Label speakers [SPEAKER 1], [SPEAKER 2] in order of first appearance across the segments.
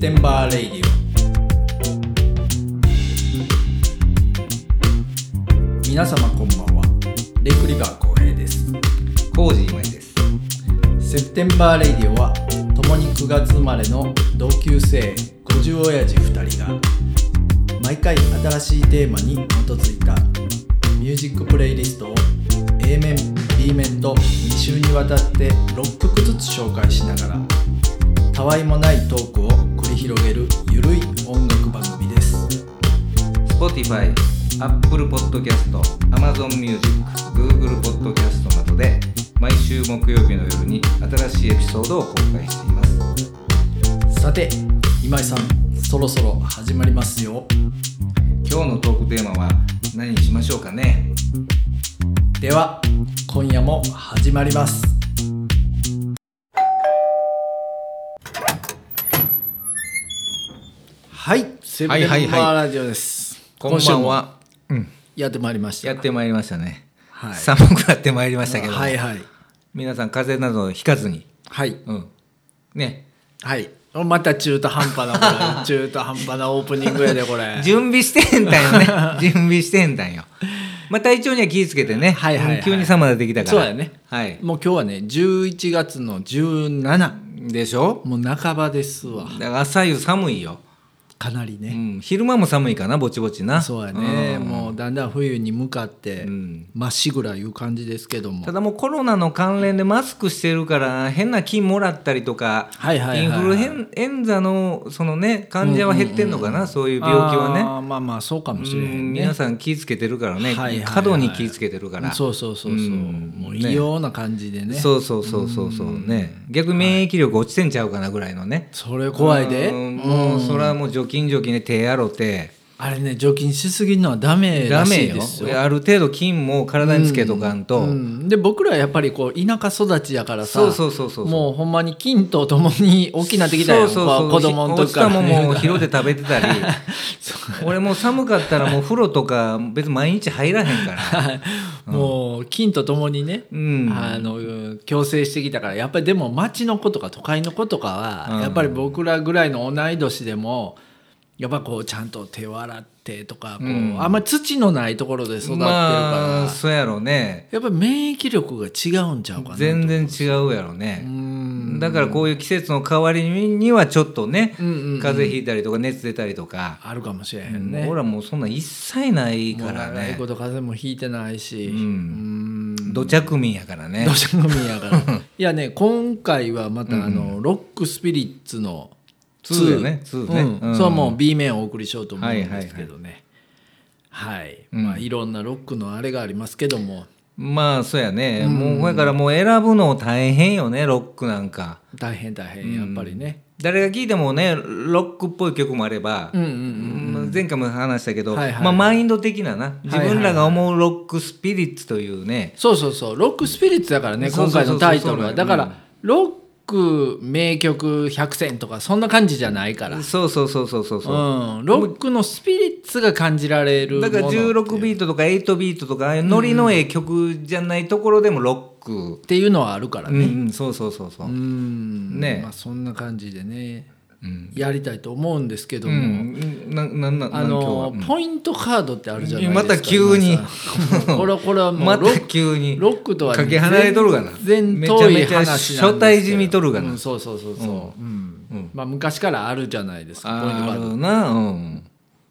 [SPEAKER 1] テンバーレイディオ皆様こんばんはレイクリバー浩平です
[SPEAKER 2] コージーまいです。
[SPEAKER 1] セプテンバーレイディオは共に9月生まれの同級生50親父2人が毎回新しいテーマに基づいたミュージックプレイリストを A 面 B 面と2週にわたって6曲ずつ紹介しながらたわいもないトークを繰り広げるゆるい音楽番組です
[SPEAKER 2] Spotify、Apple Podcast、Amazon Music、Google Podcast などで毎週木曜日の夜に新しいエピソードを公開しています。
[SPEAKER 1] さて今井さんそろそろ始まりますよ
[SPEAKER 2] 今日のトークテーマは何にしましょうかね
[SPEAKER 1] では今夜も始まりますはいセブン
[SPEAKER 2] はいはい
[SPEAKER 1] バー
[SPEAKER 2] は
[SPEAKER 1] ラジオです、
[SPEAKER 2] こんばんは。うん、
[SPEAKER 1] 今週もやってまいりました
[SPEAKER 2] やってまいりましたね。
[SPEAKER 1] はい
[SPEAKER 2] 寒くなってまいりましたけど、
[SPEAKER 1] はいはい
[SPEAKER 2] 皆さん風邪などひかずに。
[SPEAKER 1] はい
[SPEAKER 2] うん。ね。
[SPEAKER 1] はいまた中途半端なこ れ中途半端なオープニングやでこれ
[SPEAKER 2] 準備してんだよ ね準備してんだよまあ体調には気ぃつけてね、
[SPEAKER 1] はいはいはい
[SPEAKER 2] うん急に寒なってきたから
[SPEAKER 1] そうやね
[SPEAKER 2] はい
[SPEAKER 1] もう今日はね11月の17
[SPEAKER 2] でしょ
[SPEAKER 1] もう半ばですわ
[SPEAKER 2] だから朝夕寒いよ、
[SPEAKER 1] かなり
[SPEAKER 2] う
[SPEAKER 1] ね、
[SPEAKER 2] ん、昼間も寒いかなぼちぼちな
[SPEAKER 1] そうやね、
[SPEAKER 2] うん
[SPEAKER 1] もうだんだん冬に向かって
[SPEAKER 2] ん
[SPEAKER 1] まっしぐらいう感じですけども
[SPEAKER 2] ただもうコロナの関連でマスクしてるから変な菌もらったりとか、
[SPEAKER 1] はいはいはいはい
[SPEAKER 2] インフルエンエンザのそのね患者は減ってんのかな、そういう病気はね
[SPEAKER 1] あーまあまあそうかもし
[SPEAKER 2] う
[SPEAKER 1] れへん
[SPEAKER 2] ん
[SPEAKER 1] ね
[SPEAKER 2] 皆さん気ぃつけてるからね、
[SPEAKER 1] はいはいはい
[SPEAKER 2] 過度に気ぃつけてるから
[SPEAKER 1] そうそうそうそう、
[SPEAKER 2] うん
[SPEAKER 1] もう異様な感じでね
[SPEAKER 2] そうそうそうそうそうね逆に免疫力落ちてんちゃうかなぐらいのね
[SPEAKER 1] それ怖いで
[SPEAKER 2] うんもうそれはもう除菌除菌で手洗って
[SPEAKER 1] あれね除菌しすぎるのはダメ
[SPEAKER 2] ダ
[SPEAKER 1] らし
[SPEAKER 2] メ
[SPEAKER 1] い
[SPEAKER 2] よ
[SPEAKER 1] ですよ
[SPEAKER 2] ある程度菌も体につけとかん
[SPEAKER 1] う
[SPEAKER 2] と
[SPEAKER 1] ん、で僕らやっぱりこう田舎育ちやからさ
[SPEAKER 2] そうそうそうそう
[SPEAKER 1] もうほんまに菌とともに大きなってきたよ
[SPEAKER 2] そうそうそう
[SPEAKER 1] 子供の時から、
[SPEAKER 2] 落ちたもん もう
[SPEAKER 1] ね、
[SPEAKER 2] 広で食べてたり俺もう寒かったらもう風呂とか別に毎日入らへんから
[SPEAKER 1] もう菌とともにね、
[SPEAKER 2] うん
[SPEAKER 1] あの強制してきたからやっぱりでも町の子とか都会の子とかは、
[SPEAKER 2] うん
[SPEAKER 1] やっぱり僕らぐらいの同い年でもやっぱこうちゃんと手を洗ってとかこう、
[SPEAKER 2] うん
[SPEAKER 1] あんまり土のないところで育ってるから、
[SPEAKER 2] まあそうやろね
[SPEAKER 1] やっぱり免疫力が違うんちゃうかな
[SPEAKER 2] 全然違うやろね
[SPEAKER 1] うん
[SPEAKER 2] だからこういう季節の変わりにはちょっとね、
[SPEAKER 1] うんうんうん
[SPEAKER 2] 風邪ひいたりとか熱出たりとか、
[SPEAKER 1] あるかもしれへ
[SPEAKER 2] うんん
[SPEAKER 1] ね、
[SPEAKER 2] 俺はもうそんなん一切ない
[SPEAKER 1] もう
[SPEAKER 2] から
[SPEAKER 1] 長い
[SPEAKER 2] ね
[SPEAKER 1] こと風邪もひいてないし、
[SPEAKER 2] うん
[SPEAKER 1] うん
[SPEAKER 2] 土着民やからね
[SPEAKER 1] 土砂組やから いやね今回はまたあの、ロックスピリッツの
[SPEAKER 2] 2だよね2ね
[SPEAKER 1] うん
[SPEAKER 2] うん
[SPEAKER 1] そうもう B 面をお送りしようと思うんですけどねはい
[SPEAKER 2] うん
[SPEAKER 1] まあいろんなロックのあれがありますけども
[SPEAKER 2] まあそうやね、もうだからもう選ぶの大変よねロックなんか
[SPEAKER 1] 大変大変やっぱりね、
[SPEAKER 2] 誰が聴いてもねロックっぽい曲もあれば、
[SPEAKER 1] うん、うんうん
[SPEAKER 2] 前回も話したけど、
[SPEAKER 1] はいはい
[SPEAKER 2] まあ、マインド的なな自
[SPEAKER 1] はい
[SPEAKER 2] 分らが思うロックスピリッツというね、
[SPEAKER 1] そうそうそうロックスピリッツだからね
[SPEAKER 2] そう
[SPEAKER 1] 今
[SPEAKER 2] そう
[SPEAKER 1] 回
[SPEAKER 2] そう
[SPEAKER 1] のタイトルは
[SPEAKER 2] そう
[SPEAKER 1] だ
[SPEAKER 2] そう
[SPEAKER 1] からロック名曲100選とかそんな感じじゃないからうん
[SPEAKER 2] そうそうそうそうそうそう、
[SPEAKER 1] ロックのスピリッツが感じられるもの
[SPEAKER 2] だ
[SPEAKER 1] ってい
[SPEAKER 2] か
[SPEAKER 1] う
[SPEAKER 2] ら16ビートとか8ビートとかああいうノリのええ曲じゃないところでもロック、
[SPEAKER 1] っていうのはあるから
[SPEAKER 2] う
[SPEAKER 1] ね、
[SPEAKER 2] んうん、そうそうそうそう、う
[SPEAKER 1] うんん
[SPEAKER 2] ね
[SPEAKER 1] まあ、そんな感じでね、
[SPEAKER 2] うん
[SPEAKER 1] やりたいと思うんですけど
[SPEAKER 2] う
[SPEAKER 1] も、
[SPEAKER 2] ん、ななんなん
[SPEAKER 1] あ
[SPEAKER 2] なん今
[SPEAKER 1] の
[SPEAKER 2] 日は
[SPEAKER 1] ポイントカードってあるじゃないですか
[SPEAKER 2] また急に
[SPEAKER 1] 今さ これこれはもう
[SPEAKER 2] ま
[SPEAKER 1] ロッ
[SPEAKER 2] た
[SPEAKER 1] ク
[SPEAKER 2] 急に
[SPEAKER 1] ロックとは
[SPEAKER 2] かけ離れとるがな
[SPEAKER 1] 全然
[SPEAKER 2] めち
[SPEAKER 1] 遠
[SPEAKER 2] ゃ
[SPEAKER 1] い
[SPEAKER 2] め
[SPEAKER 1] 話
[SPEAKER 2] ちゃ
[SPEAKER 1] なんですけど
[SPEAKER 2] 初対じみとるがな、
[SPEAKER 1] うんそうそうそうそう、うん
[SPEAKER 2] うん
[SPEAKER 1] まあ、昔からあるじゃないですかポイントカ
[SPEAKER 2] あ
[SPEAKER 1] ード
[SPEAKER 2] るなうん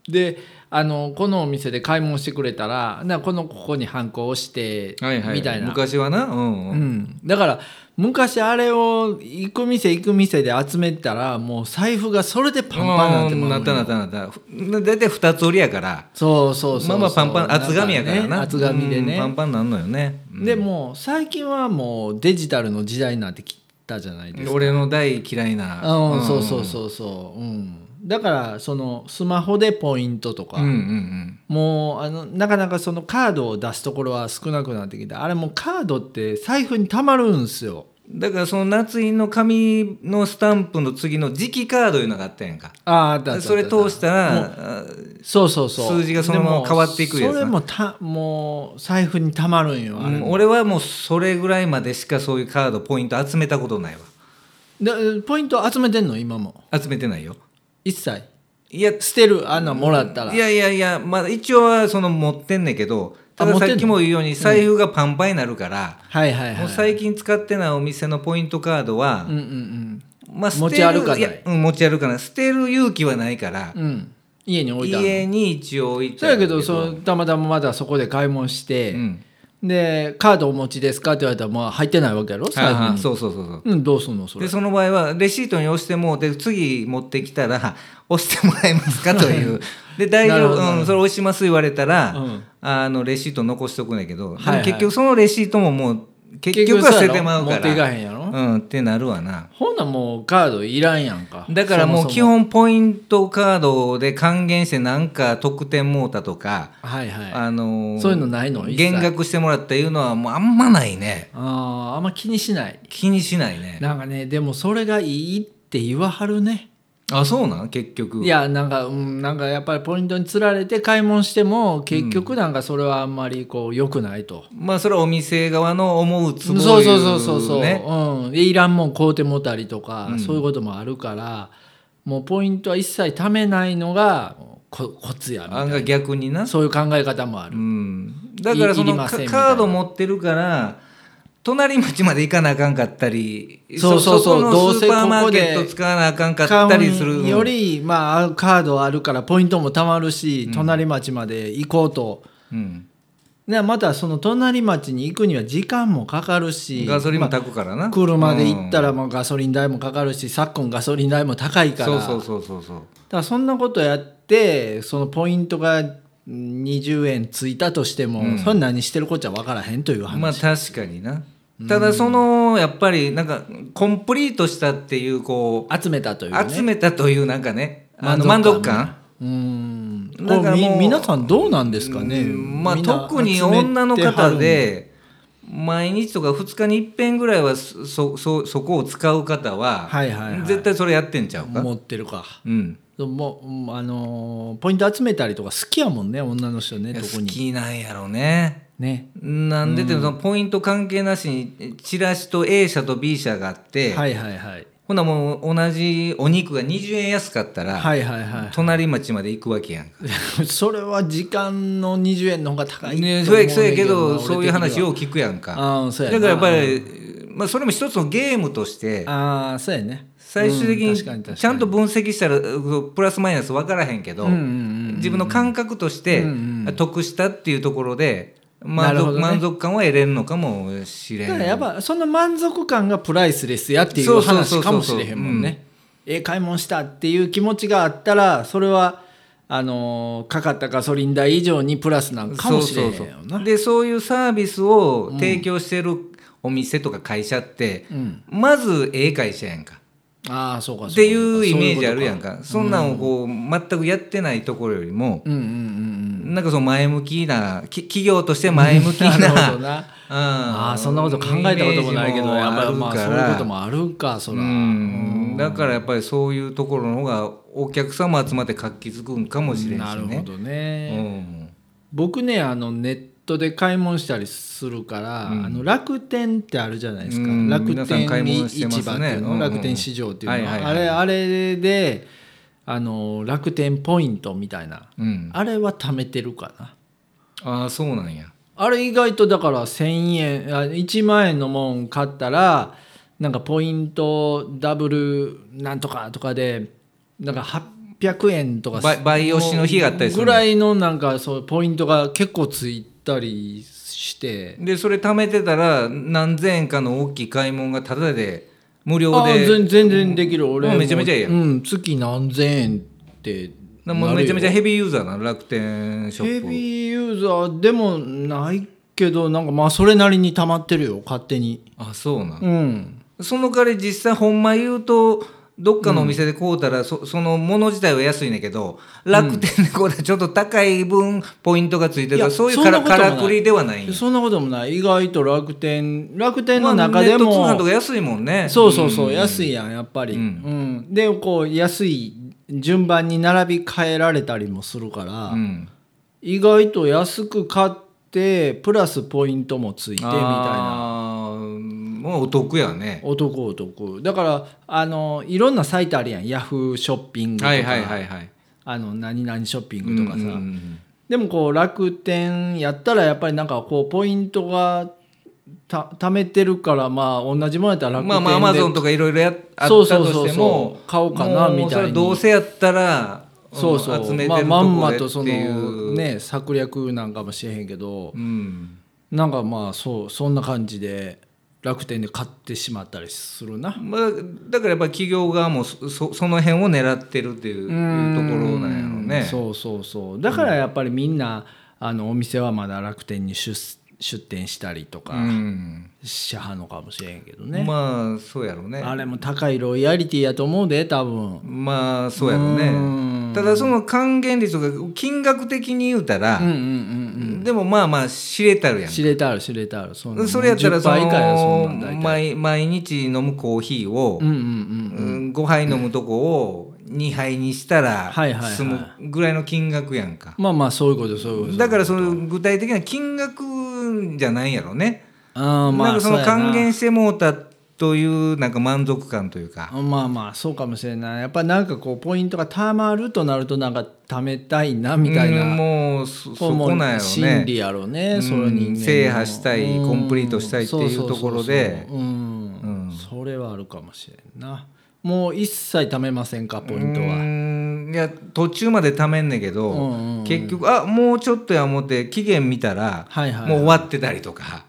[SPEAKER 1] であのこのお店で買い物してくれたらなこのここにハンコを押して、
[SPEAKER 2] はいはい
[SPEAKER 1] みたいな
[SPEAKER 2] 昔はなうん、
[SPEAKER 1] う
[SPEAKER 2] うん、
[SPEAKER 1] ん、だから昔あれを行く店行く店で集めたらもう財布がそれでパンパンになってもらうのよ
[SPEAKER 2] なったなったなったな大体二つ折りやから
[SPEAKER 1] そうそうそうそう
[SPEAKER 2] まあまあパンパン厚紙やから
[SPEAKER 1] んね
[SPEAKER 2] な
[SPEAKER 1] 厚紙で
[SPEAKER 2] うんパン
[SPEAKER 1] ね、
[SPEAKER 2] パンなんのよね、うん
[SPEAKER 1] でも最近はもうデジタルの時代になってきたじゃないですか
[SPEAKER 2] 俺の大嫌いな
[SPEAKER 1] うん、
[SPEAKER 2] ん
[SPEAKER 1] そうそうそうそう、うん、だからそのスマホでポイントとか、
[SPEAKER 2] うんうんうん
[SPEAKER 1] もうあのなかなかそのカードを出すところは少なくなってきたあれもうカードって財布にたまるんすよ
[SPEAKER 2] だからその夏印の紙のスタンプの次の磁気カードいうのがあったやんか
[SPEAKER 1] あーあったあったあった
[SPEAKER 2] それ通したら
[SPEAKER 1] もう
[SPEAKER 2] あ
[SPEAKER 1] そうそうそう
[SPEAKER 2] 数字がそのまま
[SPEAKER 1] でも
[SPEAKER 2] 変わっていくやつな
[SPEAKER 1] それもたもう財布にたまるんよあ
[SPEAKER 2] う
[SPEAKER 1] れ
[SPEAKER 2] ん俺はもうそれぐらいまでしかそういうカードポイント集めたことないわ
[SPEAKER 1] でポイント集めてんの今も
[SPEAKER 2] 集めてないよ
[SPEAKER 1] 一切
[SPEAKER 2] いや
[SPEAKER 1] 捨てるあんなもらったら、
[SPEAKER 2] いやいやいや、まだ一応はその持ってんねんけど、ただ
[SPEAKER 1] 持って
[SPEAKER 2] さ
[SPEAKER 1] んの
[SPEAKER 2] っきも言うように財布がパンパンになるから、
[SPEAKER 1] はいはいはい
[SPEAKER 2] もう最近使ってないお店のポイントカードは、
[SPEAKER 1] うんうん
[SPEAKER 2] まあ、捨てる
[SPEAKER 1] 持ち歩かない
[SPEAKER 2] やうん、持ち歩かない捨てる勇気はないから、
[SPEAKER 1] うんうん家に置いた
[SPEAKER 2] 家に一応置いて
[SPEAKER 1] そう
[SPEAKER 2] あ
[SPEAKER 1] や
[SPEAKER 2] る
[SPEAKER 1] けどそうたまたままだそこで買い物して、
[SPEAKER 2] うん
[SPEAKER 1] でカードお持ちですかって言われたらまあ入ってないわけやろ財布に、
[SPEAKER 2] はいはいそうそうそうそう
[SPEAKER 1] うんどうすんのそれ
[SPEAKER 2] でその場合はレシートに押してもうて次持ってきたら 押してもらえますかというで大
[SPEAKER 1] なる
[SPEAKER 2] 丈
[SPEAKER 1] ほどなるほ
[SPEAKER 2] 夫、
[SPEAKER 1] ど
[SPEAKER 2] うん、それ押します言われたら、
[SPEAKER 1] うん
[SPEAKER 2] あのレシート残しとくんだけど、でも
[SPEAKER 1] はいはい
[SPEAKER 2] 結局そのレシートももう結局は捨ててまうか
[SPEAKER 1] 持
[SPEAKER 2] ら
[SPEAKER 1] っていかへんやろ、
[SPEAKER 2] うんってなるわな
[SPEAKER 1] ほんならもうカードいらんやんか
[SPEAKER 2] だからもう
[SPEAKER 1] そ
[SPEAKER 2] 基
[SPEAKER 1] そも
[SPEAKER 2] 本ポイントカードで還元してなんか得点もうたとか、
[SPEAKER 1] はいはい
[SPEAKER 2] あのー
[SPEAKER 1] そういうのないの一切
[SPEAKER 2] 減額してもらったいうのはもうあんまないね
[SPEAKER 1] あーあんま気にしない
[SPEAKER 2] 気にしないね
[SPEAKER 1] なんかねでもそれがいいって言わはるね
[SPEAKER 2] あそうなん結局
[SPEAKER 1] いやなんか、うん、なんかやっぱりポイントにつられて買い物しても結局なんかそれはあんまりこう良くないと、
[SPEAKER 2] まあそれはお店側の思うつ
[SPEAKER 1] そ
[SPEAKER 2] ぼ
[SPEAKER 1] う
[SPEAKER 2] いう
[SPEAKER 1] そうそうそうそう、
[SPEAKER 2] ね
[SPEAKER 1] うん、でいらんもん買うてもたりとか、
[SPEAKER 2] うん
[SPEAKER 1] そういうこともあるからもうポイントは一切貯めないのがこコツやみた
[SPEAKER 2] あ
[SPEAKER 1] い
[SPEAKER 2] んが逆にな
[SPEAKER 1] なそういう考え方もあ
[SPEAKER 2] う
[SPEAKER 1] る、
[SPEAKER 2] んだからそ
[SPEAKER 1] いいり
[SPEAKER 2] の
[SPEAKER 1] ま
[SPEAKER 2] カ
[SPEAKER 1] せんみたいな
[SPEAKER 2] カード持ってるから隣町まで行かなあかんかったり
[SPEAKER 1] そうそうそうど
[SPEAKER 2] この
[SPEAKER 1] う
[SPEAKER 2] ス
[SPEAKER 1] せ
[SPEAKER 2] ー
[SPEAKER 1] こ
[SPEAKER 2] パーマ
[SPEAKER 1] こ
[SPEAKER 2] ーケ
[SPEAKER 1] で
[SPEAKER 2] ット使わなあかんかったりする
[SPEAKER 1] 買うより、まあ、カードあるからポイントも貯まるし、隣町まで行こうと。
[SPEAKER 2] うん
[SPEAKER 1] ね、またその隣町に行くには時間もかかるし
[SPEAKER 2] ガソリンも
[SPEAKER 1] まあ
[SPEAKER 2] 炊くからな、
[SPEAKER 1] 車で行った
[SPEAKER 2] ら
[SPEAKER 1] らもうガソリン代もかかるし、昨今ガソリン代も高いから
[SPEAKER 2] そうそうそうそうそう
[SPEAKER 1] だからそんなことやってそのポイントがうん20円ついたとしても、
[SPEAKER 2] うん
[SPEAKER 1] そんなにしてるこっちゃ分からへんという話、
[SPEAKER 2] まあ確かになただそのやっぱりなんかコンプリートしたっていうこ
[SPEAKER 1] 集めたという
[SPEAKER 2] う
[SPEAKER 1] ね
[SPEAKER 2] 集めたというなんかねあの満足感
[SPEAKER 1] うんこ
[SPEAKER 2] だから
[SPEAKER 1] れみ
[SPEAKER 2] もう
[SPEAKER 1] 皆さんどうなんですかね、
[SPEAKER 2] うんまあ
[SPEAKER 1] みんな
[SPEAKER 2] 特に
[SPEAKER 1] 集めてはる
[SPEAKER 2] 女の方で毎日とか2日に一遍ぐらいはそそそこを使う方は
[SPEAKER 1] はいはいはい
[SPEAKER 2] 絶対それやってんちゃうか
[SPEAKER 1] 持ってるか
[SPEAKER 2] うん
[SPEAKER 1] もううんあのーポイント集めたりとか好きやもんね女の人ね
[SPEAKER 2] いや
[SPEAKER 1] 特
[SPEAKER 2] 好
[SPEAKER 1] に
[SPEAKER 2] きなんやろうね
[SPEAKER 1] ね
[SPEAKER 2] なんでってそのポイント関係なしにチラシと A 社と B 社があって、
[SPEAKER 1] はいはいはい
[SPEAKER 2] ほなもう同じお肉が20円安かったら、
[SPEAKER 1] はいはいは
[SPEAKER 2] 隣町まで行くわけやんか。
[SPEAKER 1] い それは時間の20円の方が高いと思うねん
[SPEAKER 2] そうやそうやけ
[SPEAKER 1] な
[SPEAKER 2] ど
[SPEAKER 1] 俺
[SPEAKER 2] そういう
[SPEAKER 1] 的
[SPEAKER 2] 話
[SPEAKER 1] には
[SPEAKER 2] よう聞くやんか。
[SPEAKER 1] ああそう
[SPEAKER 2] だ
[SPEAKER 1] や
[SPEAKER 2] か
[SPEAKER 1] な
[SPEAKER 2] らやっぱり、まあ、それも一つのゲームとして
[SPEAKER 1] ああそうやね
[SPEAKER 2] 最終的
[SPEAKER 1] うん確かに確か
[SPEAKER 2] に
[SPEAKER 1] に
[SPEAKER 2] ちゃんと分析したらうんプラスマイナス分からへんけど、
[SPEAKER 1] うんうんうんうん
[SPEAKER 2] 自分の感覚として
[SPEAKER 1] うん
[SPEAKER 2] 得したっていうところで
[SPEAKER 1] な
[SPEAKER 2] 満
[SPEAKER 1] るほ
[SPEAKER 2] 足,、
[SPEAKER 1] どね
[SPEAKER 2] 満足感は得れるのかもしれ
[SPEAKER 1] だから
[SPEAKER 2] ん
[SPEAKER 1] やっぱその満足感がプライスレスやっていう話かもしれへんもん
[SPEAKER 2] そうそうそうそう
[SPEAKER 1] ね。ええ買い物したっていう気持ちがあったらそれはあのーかかったガソリン代以上にプラスなんかもしれへんよな。
[SPEAKER 2] そうそうそうでそういうサービスを提供してるお店とか会社って、
[SPEAKER 1] うん、
[SPEAKER 2] まずええ会社やんか
[SPEAKER 1] ああそうかそうか
[SPEAKER 2] っていうイメージあるやんか
[SPEAKER 1] そ
[SPEAKER 2] そ
[SPEAKER 1] うんいうこと
[SPEAKER 2] なんをこう全くやってないところよりも、
[SPEAKER 1] うんうんうん
[SPEAKER 2] なんかその前向きなき企業として前向きな
[SPEAKER 1] うん。なるほどな。
[SPEAKER 2] うん
[SPEAKER 1] ああそんなこと考えたこともないけど
[SPEAKER 2] イメージも
[SPEAKER 1] やっぱりまあそういうこと
[SPEAKER 2] あるか
[SPEAKER 1] もあるかそ
[SPEAKER 2] ら
[SPEAKER 1] ら。
[SPEAKER 2] うんだからやっぱりそういうところの方がお客様集まって活気づくんかもしれんしね
[SPEAKER 1] なるほどね。
[SPEAKER 2] うん
[SPEAKER 1] 僕ねあのネットで買い物したりするから、
[SPEAKER 2] うん
[SPEAKER 1] あの楽天ってあるじゃないですか、
[SPEAKER 2] うん
[SPEAKER 1] 楽
[SPEAKER 2] 皆さん買い
[SPEAKER 1] 天
[SPEAKER 2] 物して
[SPEAKER 1] 市
[SPEAKER 2] ます
[SPEAKER 1] 場ってい
[SPEAKER 2] ね
[SPEAKER 1] うの、
[SPEAKER 2] うんうん
[SPEAKER 1] 楽天市場っていうの、
[SPEAKER 2] はいはいはい
[SPEAKER 1] あれあれであの楽天ポイントみたいな、
[SPEAKER 2] うん、
[SPEAKER 1] あれは貯めてるかな
[SPEAKER 2] ああそうなんや
[SPEAKER 1] あれ意外とだから1,000円あ1万円のもん買ったらなんかポイントダブルなんとかとかでなんか800円とか
[SPEAKER 2] 倍倍押しの日があったりする
[SPEAKER 1] ぐらいのなんかそうポイントが結構ついたりして
[SPEAKER 2] でそれ貯めてたら何千円かの大きい買い物がタダで無料
[SPEAKER 1] あ
[SPEAKER 2] で
[SPEAKER 1] 全全然できる俺
[SPEAKER 2] もうめちゃめちゃええやん
[SPEAKER 1] うん、月何千円ってな
[SPEAKER 2] もうめちゃめちゃ
[SPEAKER 1] ゃ
[SPEAKER 2] ヘビーユーザーなの楽天ショ
[SPEAKER 1] ヘ
[SPEAKER 2] ップ
[SPEAKER 1] ビーユーザーでもないけどなんかまあそれなりに溜まってるよ勝手に
[SPEAKER 2] あそうなん、
[SPEAKER 1] うん
[SPEAKER 2] その代わり実際ほんま言うとどっかのお店で買うたら、そそのもの自体は安いねんけど楽天で買うたらちょっと高い分ポイントがついてるから、
[SPEAKER 1] いや
[SPEAKER 2] そういうから
[SPEAKER 1] そんなこともない
[SPEAKER 2] からくりではないんや
[SPEAKER 1] そんなこともない意外と楽天楽天の
[SPEAKER 2] まあ
[SPEAKER 1] 中でも、
[SPEAKER 2] ネット通販とか安いもんね
[SPEAKER 1] そうそうそう、
[SPEAKER 2] ん
[SPEAKER 1] 安いやんやっぱり、う
[SPEAKER 2] うんん
[SPEAKER 1] でこう安い順番に並び替えられたりもするから、
[SPEAKER 2] うん
[SPEAKER 1] 意外と安く買ってプラスポイントもついてみたいな
[SPEAKER 2] あーもうお得やね
[SPEAKER 1] 男男だからあのいろんなサイトあるやんヤフーショッピングとか、
[SPEAKER 2] はいはいはいはい
[SPEAKER 1] あの何々ショッピングとかさ、
[SPEAKER 2] うんうんうん
[SPEAKER 1] でもこう楽天やったらやっぱりなんかこうポイントがた貯めてるからまあ同じものやったら楽天
[SPEAKER 2] まあ
[SPEAKER 1] で、
[SPEAKER 2] まあアマゾンとかいろいろやっあった
[SPEAKER 1] そ
[SPEAKER 2] と
[SPEAKER 1] うそうそうそう
[SPEAKER 2] しても
[SPEAKER 1] 買おうかな
[SPEAKER 2] も
[SPEAKER 1] みたいに
[SPEAKER 2] それどうせやったらん
[SPEAKER 1] そうそう
[SPEAKER 2] 集め
[SPEAKER 1] ま
[SPEAKER 2] て
[SPEAKER 1] あ、
[SPEAKER 2] ると
[SPEAKER 1] まん
[SPEAKER 2] こ
[SPEAKER 1] ま
[SPEAKER 2] で
[SPEAKER 1] とそ
[SPEAKER 2] っていう
[SPEAKER 1] のね策略なんかもしれへんけど
[SPEAKER 2] う、ん
[SPEAKER 1] なんかまあそうそんな感じで楽天で買ってしまったりするな。
[SPEAKER 2] まあ、だからやっぱり企業側もそそその辺を狙ってるっていういうところなんやろうね。
[SPEAKER 1] そうそうそうだからやっぱりみんな、あのお店はまだ楽天に出出店したりと
[SPEAKER 2] う
[SPEAKER 1] か
[SPEAKER 2] ん
[SPEAKER 1] しはんのかもしれへんけどね、
[SPEAKER 2] まあそうやろうね。
[SPEAKER 1] あれも高いロイヤリティやと思うで多分
[SPEAKER 2] まあそうやろう
[SPEAKER 1] うん
[SPEAKER 2] ね。ただその還元率が金額的に言うたら、
[SPEAKER 1] うんうんうん
[SPEAKER 2] でもまあまあ知れたるやん
[SPEAKER 1] 知れたる知れたるそんな
[SPEAKER 2] それやったら
[SPEAKER 1] 10
[SPEAKER 2] そ
[SPEAKER 1] 倍以下やそ
[SPEAKER 2] の
[SPEAKER 1] んなん大体
[SPEAKER 2] 毎毎日飲むコーヒーを、
[SPEAKER 1] うんうんうん
[SPEAKER 2] うん5杯飲むとこを2杯にしたら
[SPEAKER 1] はいはいはい
[SPEAKER 2] 済むぐらいの金額やんか、
[SPEAKER 1] まあまあそういうことそういうこと
[SPEAKER 2] だからその具体的な金額じゃないんやろね、
[SPEAKER 1] あーまあ
[SPEAKER 2] なんかその
[SPEAKER 1] うやな
[SPEAKER 2] 還元してもうたというなんか満足感というか、
[SPEAKER 1] まあまあそうかもしれないやっぱなんかこうポイントがたまるとなるとなんか貯めたいなみたいな、
[SPEAKER 2] うんもうそそ
[SPEAKER 1] こうもう
[SPEAKER 2] こなんやろ
[SPEAKER 1] 心
[SPEAKER 2] ね
[SPEAKER 1] 理やろうね、
[SPEAKER 2] うん
[SPEAKER 1] その人間の
[SPEAKER 2] 制覇したい
[SPEAKER 1] うん
[SPEAKER 2] コンプリートしたいっていうところで
[SPEAKER 1] そうそうそうそううん
[SPEAKER 2] うん
[SPEAKER 1] それはあるかもしれんなもう一切貯めませんかポイント
[SPEAKER 2] う
[SPEAKER 1] は、
[SPEAKER 2] んいや途中まで貯めんねんけど、
[SPEAKER 1] うんうんうん
[SPEAKER 2] 結局あもうちょっとや思って期限見たら、
[SPEAKER 1] はいはい
[SPEAKER 2] もう終わってたりとか。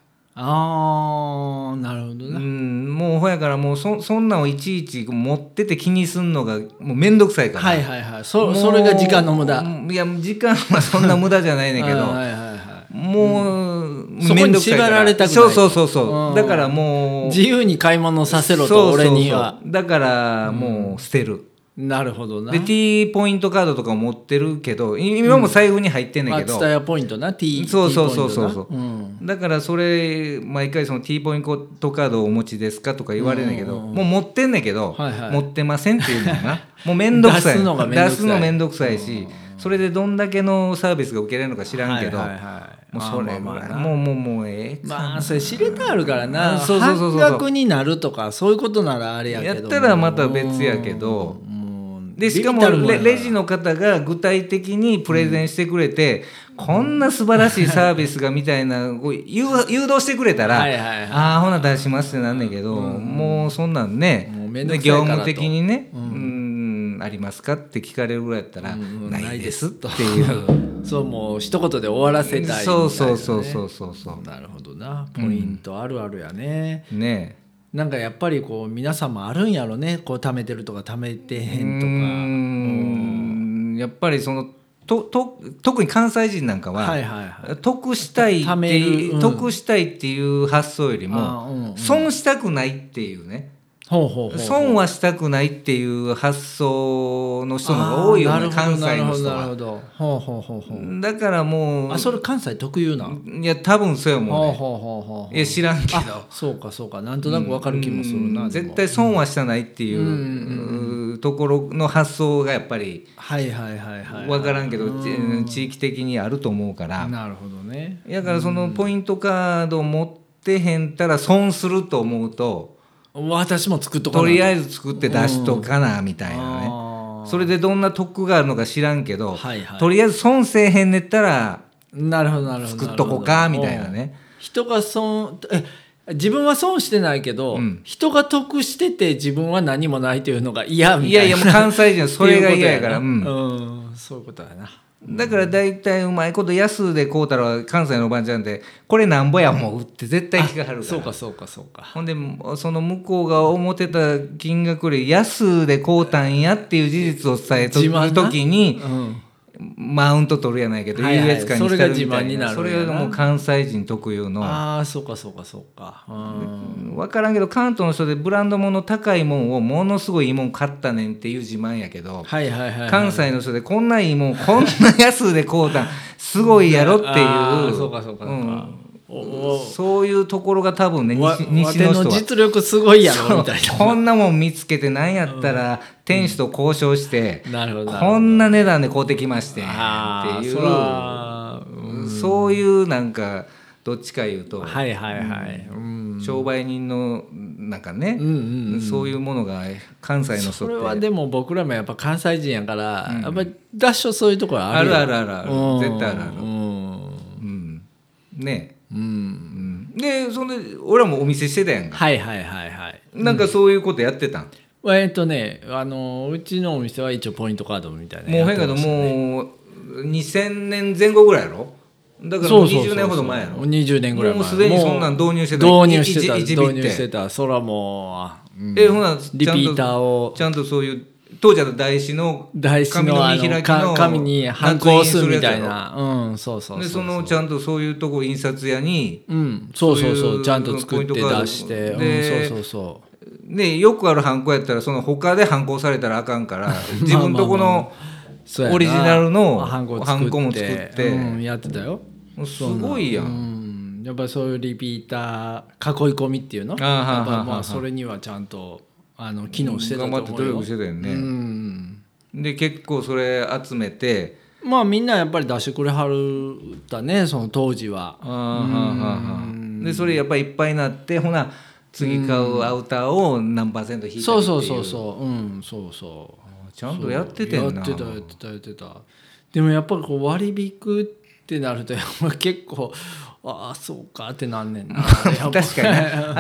[SPEAKER 1] ああなるほど
[SPEAKER 2] う
[SPEAKER 1] な、
[SPEAKER 2] ん、もうほやからもうそそんなんをいちいち持ってて気にすんのがもう面倒くさいから、
[SPEAKER 1] はいはいはいそそれが時間の無駄
[SPEAKER 2] うんいや時間は そんな無駄じゃないねんけ
[SPEAKER 1] あーは
[SPEAKER 2] ど
[SPEAKER 1] いはいは
[SPEAKER 2] もう
[SPEAKER 1] そこ
[SPEAKER 2] 面
[SPEAKER 1] に
[SPEAKER 2] 倒くさいから
[SPEAKER 1] 縛られたくない
[SPEAKER 2] そうそうそうそう、
[SPEAKER 1] うん
[SPEAKER 2] だから
[SPEAKER 1] い
[SPEAKER 2] もう
[SPEAKER 1] 自由に買い物させろ
[SPEAKER 2] そう
[SPEAKER 1] と
[SPEAKER 2] そうそう
[SPEAKER 1] 俺には
[SPEAKER 2] だからもう捨てる、
[SPEAKER 1] なるほどな
[SPEAKER 2] で T ポイントカードとか持ってるけどい今も財布に入ってんねん
[SPEAKER 1] ま
[SPEAKER 2] け
[SPEAKER 1] あ
[SPEAKER 2] ど、
[SPEAKER 1] 伝えポイントな T
[SPEAKER 2] そうそうそうそ
[SPEAKER 1] T
[SPEAKER 2] う
[SPEAKER 1] ポイントなうん
[SPEAKER 2] だからそれ毎回その T ポイントカードをお持ちですかとか言われるんだけど、もう持ってんだけど、
[SPEAKER 1] はいはい
[SPEAKER 2] 持ってませんっていうの がなもう面倒くさい
[SPEAKER 1] 出すのが面倒くさい
[SPEAKER 2] 出すの面倒くさいし、それでどんだけのサービスが受けれるのか知らんけど、
[SPEAKER 1] はいはいはい
[SPEAKER 2] もうそれぐ
[SPEAKER 1] まあま
[SPEAKER 2] ら
[SPEAKER 1] あ
[SPEAKER 2] い
[SPEAKER 1] まあ
[SPEAKER 2] もうもうもうええか
[SPEAKER 1] まあそれ知れてあるからな
[SPEAKER 2] あそうそうそうそう
[SPEAKER 1] 半額になるとかそういうことならあれやけど
[SPEAKER 2] や
[SPEAKER 1] も
[SPEAKER 2] ったらまた別やけど。
[SPEAKER 1] もう
[SPEAKER 2] でしかも
[SPEAKER 1] ビビたるんや
[SPEAKER 2] レ
[SPEAKER 1] から
[SPEAKER 2] レジの方が具体的にプレゼンしてくれて、こんな素晴らしいサービスがみたいなこう誘誘導してくれたら
[SPEAKER 1] はいはいはい
[SPEAKER 2] ああほな出しますってなんねんけど、もうそんなんね
[SPEAKER 1] もうめんど
[SPEAKER 2] で
[SPEAKER 1] くさいから
[SPEAKER 2] 業
[SPEAKER 1] と
[SPEAKER 2] 務的にね、うんありますかって聞かれるぐらいやったら、
[SPEAKER 1] うん
[SPEAKER 2] ないですっていう。
[SPEAKER 1] そうもう一言で終わらせたいみたいなね
[SPEAKER 2] そうそうそうそうそうそ
[SPEAKER 1] なるほどなポイントあるあるやね、
[SPEAKER 2] うね
[SPEAKER 1] なんかやっぱりこう皆さんもあるんやろねこう貯めてるとか貯めて
[SPEAKER 2] え
[SPEAKER 1] へ
[SPEAKER 2] うん
[SPEAKER 1] とか
[SPEAKER 2] んやっぱりそのとと特に関西人なんかは、
[SPEAKER 1] はいはいはい
[SPEAKER 2] 得したい
[SPEAKER 1] 貯
[SPEAKER 2] っ
[SPEAKER 1] め
[SPEAKER 2] てい
[SPEAKER 1] る
[SPEAKER 2] う、
[SPEAKER 1] うん
[SPEAKER 2] 得したいっていう発想より
[SPEAKER 1] あーうんう
[SPEAKER 2] も
[SPEAKER 1] ん
[SPEAKER 2] 損したくないっていうね
[SPEAKER 1] ほうほうほう
[SPEAKER 2] 損はしたくないっていう発想の人の方が多いよ
[SPEAKER 1] あー
[SPEAKER 2] ね
[SPEAKER 1] なるほ
[SPEAKER 2] 関
[SPEAKER 1] どな
[SPEAKER 2] 西
[SPEAKER 1] る
[SPEAKER 2] の
[SPEAKER 1] ほど
[SPEAKER 2] 人
[SPEAKER 1] なるほ
[SPEAKER 2] は
[SPEAKER 1] どほうほうほうほう
[SPEAKER 2] だからもう
[SPEAKER 1] あそれ関西特有なほう
[SPEAKER 2] いや多分そうやも
[SPEAKER 1] ほう
[SPEAKER 2] んね
[SPEAKER 1] ほうほうほう
[SPEAKER 2] いや知らんけど
[SPEAKER 1] あそうかそうかなんとなくわかる気もするな、
[SPEAKER 2] うん
[SPEAKER 1] でも
[SPEAKER 2] 絶対損はしたないっていう
[SPEAKER 1] うん
[SPEAKER 2] うところの発想がやっぱり
[SPEAKER 1] はいはいはいはい
[SPEAKER 2] 分からんけどち地域的にあると思うから
[SPEAKER 1] なるほどね
[SPEAKER 2] だからそのポイントカード持ってへんたら損すると思うと
[SPEAKER 1] 私も作っとか
[SPEAKER 2] と
[SPEAKER 1] ない
[SPEAKER 2] りあえず作って出しとかなみたいなね
[SPEAKER 1] あ
[SPEAKER 2] それでどんな得があるのか知らんけ
[SPEAKER 1] ー
[SPEAKER 2] ど
[SPEAKER 1] はいはい
[SPEAKER 2] とりあえず損せえへんねったら
[SPEAKER 1] なるほどなるほど
[SPEAKER 2] 作っとこか
[SPEAKER 1] る
[SPEAKER 2] み
[SPEAKER 1] ほど
[SPEAKER 2] たいなね
[SPEAKER 1] うん人が損え自分は損してないけど、
[SPEAKER 2] うん
[SPEAKER 1] 人が得してて自分は何もないというのが嫌みたいない
[SPEAKER 2] やいやもう関西人はそれが嫌やから
[SPEAKER 1] っ
[SPEAKER 2] う
[SPEAKER 1] ていうこと
[SPEAKER 2] ん
[SPEAKER 1] やなうんそういうことだな
[SPEAKER 2] だから大体うまいこと安でこうたら関西のおばあちゃんでこれなんぼや思うって絶対聞かはるか
[SPEAKER 1] そう
[SPEAKER 2] ら
[SPEAKER 1] かそうかそうか
[SPEAKER 2] ほんでその向こうが思ってた金額より安でこうたんやっていう事実を伝えと
[SPEAKER 1] 自慢な
[SPEAKER 2] く時に
[SPEAKER 1] うん
[SPEAKER 2] マウント取るやないけど
[SPEAKER 1] はい
[SPEAKER 2] 優
[SPEAKER 1] はい
[SPEAKER 2] 越感にしたるみたいな
[SPEAKER 1] そ
[SPEAKER 2] そ
[SPEAKER 1] れ
[SPEAKER 2] れ
[SPEAKER 1] が自慢になるんやな
[SPEAKER 2] はもう関西人特有の
[SPEAKER 1] ああそうかそうかそうかうん
[SPEAKER 2] 分からんけど関東の人でブランド物高いもんをものすごいいいもん買ったねんっていう自慢やけど
[SPEAKER 1] はいはいはいはい
[SPEAKER 2] 関西の人でこんないいもんこんな安で買うたんすごいやろって
[SPEAKER 1] あ
[SPEAKER 2] い
[SPEAKER 1] ー
[SPEAKER 2] う
[SPEAKER 1] そうかそうかそうかおお
[SPEAKER 2] そういうところが多分ね
[SPEAKER 1] わ
[SPEAKER 2] 西西
[SPEAKER 1] わ
[SPEAKER 2] の
[SPEAKER 1] ての
[SPEAKER 2] 人は。
[SPEAKER 1] 実力すごいやろみたい
[SPEAKER 2] そうこんなもん見つけてなんやったら店主と交渉して、
[SPEAKER 1] ななるほどなるほど
[SPEAKER 2] こんな値段で買うてきましてん
[SPEAKER 1] あ
[SPEAKER 2] っ
[SPEAKER 1] あ
[SPEAKER 2] てい
[SPEAKER 1] そうらうん
[SPEAKER 2] そういうなんかどっちか言うと、
[SPEAKER 1] はいはいはいうん
[SPEAKER 2] 商売人のなんかね、
[SPEAKER 1] うんうんうん
[SPEAKER 2] そういうものが関西の人
[SPEAKER 1] そ
[SPEAKER 2] っ
[SPEAKER 1] れ
[SPEAKER 2] て
[SPEAKER 1] はでも僕らもやっぱ関西人やから、
[SPEAKER 2] うん
[SPEAKER 1] やっぱりダッシュそういうところあ
[SPEAKER 2] あ
[SPEAKER 1] る
[SPEAKER 2] る
[SPEAKER 1] よ
[SPEAKER 2] あるあるある
[SPEAKER 1] うん
[SPEAKER 2] 絶対あるある
[SPEAKER 1] うん
[SPEAKER 2] うんね
[SPEAKER 1] うん
[SPEAKER 2] うんでその俺らもお店してたやんか
[SPEAKER 1] はいはいはいはい
[SPEAKER 2] なんかそういうことやってたん、
[SPEAKER 1] まあえっとねあのうちのお店は一応ポイントカードみたいな
[SPEAKER 2] もう変やけど
[SPEAKER 1] やってま
[SPEAKER 2] もう2000年前後ぐらいやろだから
[SPEAKER 1] そうそうそうそう
[SPEAKER 2] 20年ほど前やろ
[SPEAKER 1] 20年ぐらい前
[SPEAKER 2] もうすでにそんなん導入してた
[SPEAKER 1] 導入してた
[SPEAKER 2] 一一日
[SPEAKER 1] 導入してたそらもうあうん
[SPEAKER 2] えほな
[SPEAKER 1] リピ
[SPEAKER 2] ちゃん
[SPEAKER 1] ー
[SPEAKER 2] と
[SPEAKER 1] ターを
[SPEAKER 2] ちゃんとそういう当時は台紙の
[SPEAKER 1] 大師のあ
[SPEAKER 2] 紙の見開
[SPEAKER 1] の
[SPEAKER 2] きの
[SPEAKER 1] か紙に反抗するみたいなうんそうそうそう
[SPEAKER 2] でそのちゃんとそういうとこ印刷屋に
[SPEAKER 1] うんそうそうそ
[SPEAKER 2] そう
[SPEAKER 1] う
[SPEAKER 2] いう
[SPEAKER 1] ちゃんと作って
[SPEAKER 2] ポイントカード
[SPEAKER 1] 出して、うん、
[SPEAKER 2] で
[SPEAKER 1] そうそうそ
[SPEAKER 2] ねよくあるハンコやったらその他で反抗されたらあかんから 自分とこ
[SPEAKER 1] まあまあま
[SPEAKER 2] の
[SPEAKER 1] うそうやな
[SPEAKER 2] オリジナルの
[SPEAKER 1] ハンコを
[SPEAKER 2] ハンコも作って
[SPEAKER 1] うん、やってたよ
[SPEAKER 2] すごいや
[SPEAKER 1] うんんやっぱりそういうリピーター囲い込みっていうの
[SPEAKER 2] あはあ
[SPEAKER 1] やっぱ
[SPEAKER 2] はあは
[SPEAKER 1] まあ
[SPEAKER 2] あ
[SPEAKER 1] それにはちゃんとあの機能してたと
[SPEAKER 2] 頑
[SPEAKER 1] 思う
[SPEAKER 2] 張
[SPEAKER 1] よ
[SPEAKER 2] って努力してたよね、
[SPEAKER 1] うん
[SPEAKER 2] で結構それ集めて
[SPEAKER 1] まあみんなやっぱり出してくれはるだねその当時は
[SPEAKER 2] あーはーはーはーでそれやっぱりいっぱいになってほな次買うアウターを何パーセント引いたりってい
[SPEAKER 1] そうそうそうそううんそうそう
[SPEAKER 2] ちゃんとやっててんな
[SPEAKER 1] そうやってたやってたやってたでもやっぱりこう割引ってなるとやっぱ結構ああそうかってなんねん なやっぱ
[SPEAKER 2] 確か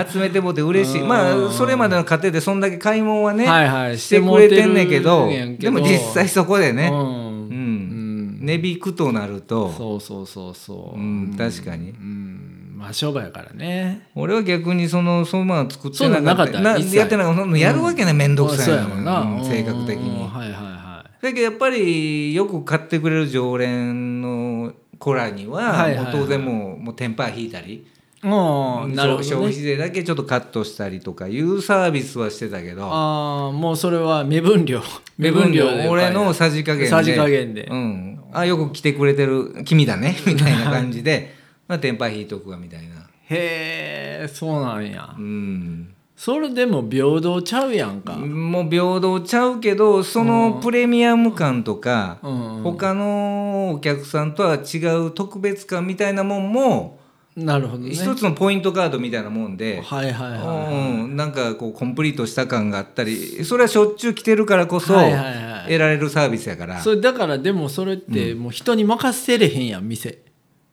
[SPEAKER 2] に集めてもうて嬉しいまあそれまでの過程でそんだけ買い物はね、
[SPEAKER 1] はいはい
[SPEAKER 2] してくれてんねんけ
[SPEAKER 1] してもう
[SPEAKER 2] ど
[SPEAKER 1] てるんやけ
[SPEAKER 2] で
[SPEAKER 1] ど
[SPEAKER 2] も実際そこでね、
[SPEAKER 1] う
[SPEAKER 2] うん
[SPEAKER 1] ん
[SPEAKER 2] 値引くとなると、
[SPEAKER 1] そうそうそうそうう、
[SPEAKER 2] ん、確かに
[SPEAKER 1] うん、まあ商売やからね
[SPEAKER 2] 俺は逆にそのそのまま作ってなかった
[SPEAKER 1] そんなんなかった一切
[SPEAKER 2] やってなかったそんなのやるわけない面倒くさい
[SPEAKER 1] そうやもんな、
[SPEAKER 2] うん性格的
[SPEAKER 1] うん
[SPEAKER 2] に
[SPEAKER 1] はいはいは
[SPEAKER 2] だけどやっぱりよく買ってくれる常連の子らには,、
[SPEAKER 1] はいはいはい
[SPEAKER 2] もう当然もうもうテンパー引いたり、
[SPEAKER 1] いうんなるほ
[SPEAKER 2] 消
[SPEAKER 1] ど、
[SPEAKER 2] 費
[SPEAKER 1] ね、
[SPEAKER 2] 税だけちょっとカットしたりとかいうサービスはしてたけど
[SPEAKER 1] ああもうそれは目分 量目分量で
[SPEAKER 2] 俺のさじ加減で
[SPEAKER 1] さじ加減で
[SPEAKER 2] うん、あよく来てくれてる君だね みたいな感じでまあテンパー引いとくわみたいな
[SPEAKER 1] へえそうなんや
[SPEAKER 2] うん
[SPEAKER 1] それでも平等ちゃうやんか、
[SPEAKER 2] もう平等ちゃうけどそのプレミアム感とか、
[SPEAKER 1] うん
[SPEAKER 2] 他のお客さんとは違う特別感みたいなもんも
[SPEAKER 1] なるほどね
[SPEAKER 2] 一つのポイントカードみたいなもんで、
[SPEAKER 1] はいはいは
[SPEAKER 2] うん、なんかこうコンプリートした感があったりそれはしょっちゅう来てるからこそ
[SPEAKER 1] はいはいはい
[SPEAKER 2] 得られるサービスやから、
[SPEAKER 1] いそれだからでもそれってもう人に任せれへんやん店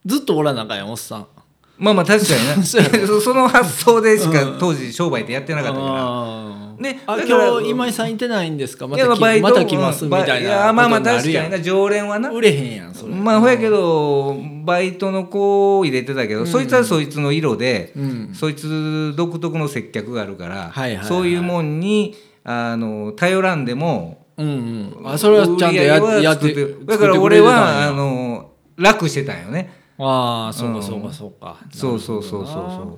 [SPEAKER 1] ずっとおらなあかんやんおっさん
[SPEAKER 2] まあまあ確かに な
[SPEAKER 1] そう
[SPEAKER 2] そその発想でしか当時商売ってやってなかったか
[SPEAKER 1] あー
[SPEAKER 2] ら。ね、
[SPEAKER 1] あ
[SPEAKER 2] だから
[SPEAKER 1] 今日今井さんいてないんですかま
[SPEAKER 2] い
[SPEAKER 1] た
[SPEAKER 2] やバ
[SPEAKER 1] 来
[SPEAKER 2] イト
[SPEAKER 1] また来ますみたいな
[SPEAKER 2] うんばやまあまあ
[SPEAKER 1] こと
[SPEAKER 2] 確
[SPEAKER 1] に
[SPEAKER 2] か
[SPEAKER 1] な
[SPEAKER 2] に
[SPEAKER 1] るや
[SPEAKER 2] な常連はなん
[SPEAKER 1] 売れへんやんそれ、
[SPEAKER 2] まあほやけどバイトの子を入れてたけど、そいつはそいつの色で、
[SPEAKER 1] うん、
[SPEAKER 2] そいつ独特の接客があるから、
[SPEAKER 1] はいはいはい
[SPEAKER 2] そういうもんにあの頼らんでも
[SPEAKER 1] うんうんあそれはちゃんとや
[SPEAKER 2] 売り上げ
[SPEAKER 1] や
[SPEAKER 2] は
[SPEAKER 1] っ
[SPEAKER 2] 作
[SPEAKER 1] て
[SPEAKER 2] ってだから俺はあ
[SPEAKER 1] あ
[SPEAKER 2] の楽してたんよね
[SPEAKER 1] あーそうかそうかそうか、
[SPEAKER 2] そうそうそうそうそう
[SPEAKER 1] う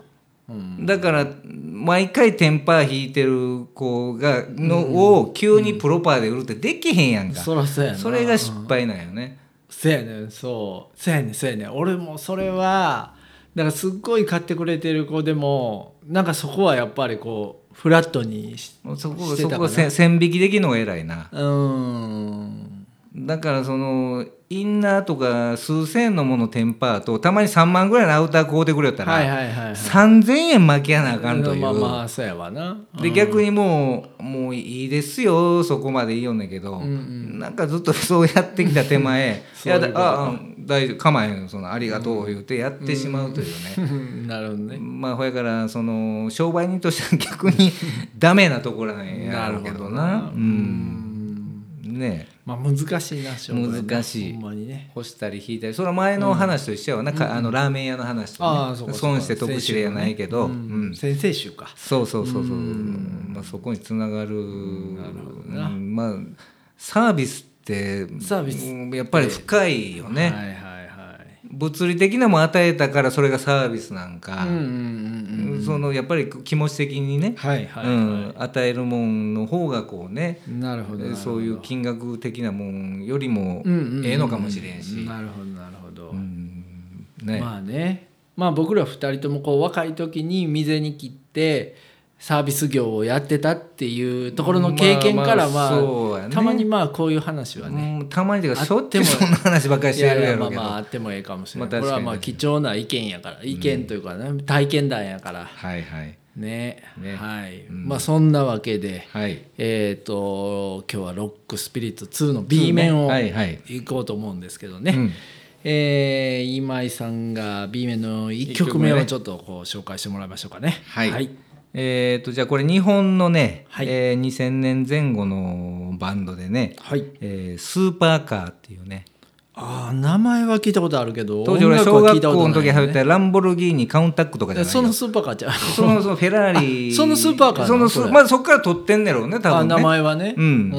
[SPEAKER 2] だから毎回テンパー引いてる子がの、を急にプロパーで売るってできへんやんか、
[SPEAKER 1] そらそうやな
[SPEAKER 2] それが失敗なんよね、
[SPEAKER 1] せやねんそうせやねんせやねん俺もそれはだからすっごい買ってくれてる子でもなんかそこはやっぱりこうフラットにし
[SPEAKER 2] そこ
[SPEAKER 1] して
[SPEAKER 2] そ
[SPEAKER 1] たか
[SPEAKER 2] こ
[SPEAKER 1] な
[SPEAKER 2] せ線引きできるのが偉いな
[SPEAKER 1] うーん
[SPEAKER 2] だからそのインナーとか数千円のものテンパーとたまに3万ぐらいのアウター買うてくれよったら、
[SPEAKER 1] はいはいはいはい
[SPEAKER 2] 3000円負けやなあかんという、
[SPEAKER 1] まあまあそうやわな
[SPEAKER 2] で逆にもうもういいですよそこまでいいよんねんけど、なんかずっとそうやってきた手 前い
[SPEAKER 1] そうい
[SPEAKER 2] や
[SPEAKER 1] うこ
[SPEAKER 2] だ
[SPEAKER 1] と
[SPEAKER 2] ああ大丈夫構えへんよそのありがとう言うてやってしまうというね、
[SPEAKER 1] うんなるほどね
[SPEAKER 2] まあほやからその商売人としては逆にダメなところなんやろうけどなうんねえ
[SPEAKER 1] まあ難しいな商売な
[SPEAKER 2] 難しい
[SPEAKER 1] ほんまにね
[SPEAKER 2] 干したり引いたりそれは前の話と一緒やわな、かあのラーメン屋の話と、ね
[SPEAKER 1] ああそうかそうか
[SPEAKER 2] 損して得しれやないけど、うん
[SPEAKER 1] 先生集か
[SPEAKER 2] そうそうそうそう、まあ、そこにつながるうんまあサービスって
[SPEAKER 1] サービス
[SPEAKER 2] うんやっぱり深いよ
[SPEAKER 1] は
[SPEAKER 2] ね、
[SPEAKER 1] いはいはい
[SPEAKER 2] 物理的なもん与えたからそれがサービスなんか
[SPEAKER 1] うん、うんうんうん
[SPEAKER 2] そのやっぱり気持ち的にね、
[SPEAKER 1] はいはい、
[SPEAKER 2] うん、与えるもんの方がこうね
[SPEAKER 1] なるほどなるほど
[SPEAKER 2] そういう金額的なもんよりも
[SPEAKER 1] うんうんうん
[SPEAKER 2] ええのかもしれんし、
[SPEAKER 1] なるほどなるほど、
[SPEAKER 2] うんね
[SPEAKER 1] まあねまあ僕ら2人ともこう若い時に未然に切ってサービス業をやってたっていうところの経験から
[SPEAKER 2] まあまあそうや
[SPEAKER 1] は
[SPEAKER 2] ね
[SPEAKER 1] たまにまあこういう話はね
[SPEAKER 2] うんたまにていうかしょっちゅ
[SPEAKER 1] あ
[SPEAKER 2] う
[SPEAKER 1] っても
[SPEAKER 2] そんな話ばっかり
[SPEAKER 1] い
[SPEAKER 2] して
[SPEAKER 1] や
[SPEAKER 2] る
[SPEAKER 1] い
[SPEAKER 2] や
[SPEAKER 1] やまあ
[SPEAKER 2] ろうけど
[SPEAKER 1] まああってもええかもしれない
[SPEAKER 2] まあ
[SPEAKER 1] これはまあ
[SPEAKER 2] 確か
[SPEAKER 1] 貴
[SPEAKER 2] に
[SPEAKER 1] 重な意見やから意見というかね体験談やから
[SPEAKER 2] はいはい
[SPEAKER 1] ね
[SPEAKER 2] ね
[SPEAKER 1] はい
[SPEAKER 2] ん
[SPEAKER 1] まあそんなわけで
[SPEAKER 2] はい
[SPEAKER 1] えっと今日は「ロックスピリッツ2」の B 面を
[SPEAKER 2] はいはい
[SPEAKER 1] 行こうと思うんですけどね、
[SPEAKER 2] うん
[SPEAKER 1] えー今井さんが B 面の1曲目
[SPEAKER 2] 一曲目
[SPEAKER 1] を
[SPEAKER 2] ね
[SPEAKER 1] ちょっとこう紹介してもらいましょうかね
[SPEAKER 2] はい、
[SPEAKER 1] はい
[SPEAKER 2] えっ、とじゃあこれ日本のね、
[SPEAKER 1] はい
[SPEAKER 2] えー2000年前後のバンドでね、
[SPEAKER 1] はい
[SPEAKER 2] えースーパーカーっていうね
[SPEAKER 1] あー名前は聞いたことあるけど
[SPEAKER 2] 当時俺
[SPEAKER 1] 音楽は聞
[SPEAKER 2] 小学
[SPEAKER 1] いたこ
[SPEAKER 2] 校
[SPEAKER 1] と
[SPEAKER 2] の
[SPEAKER 1] ない
[SPEAKER 2] 時
[SPEAKER 1] よ
[SPEAKER 2] 流
[SPEAKER 1] ね
[SPEAKER 2] 行ったランボルギーニカウンタックとかじゃない
[SPEAKER 1] そ
[SPEAKER 2] よ
[SPEAKER 1] のスーパーカーちゃう
[SPEAKER 2] そのそのフェラーリ
[SPEAKER 1] そのスーパーカーなの
[SPEAKER 2] その
[SPEAKER 1] そ
[SPEAKER 2] ス
[SPEAKER 1] れ
[SPEAKER 2] まあそこから取ってんねやろうね多
[SPEAKER 1] あ
[SPEAKER 2] 分ね
[SPEAKER 1] 名前はね
[SPEAKER 2] うん
[SPEAKER 1] う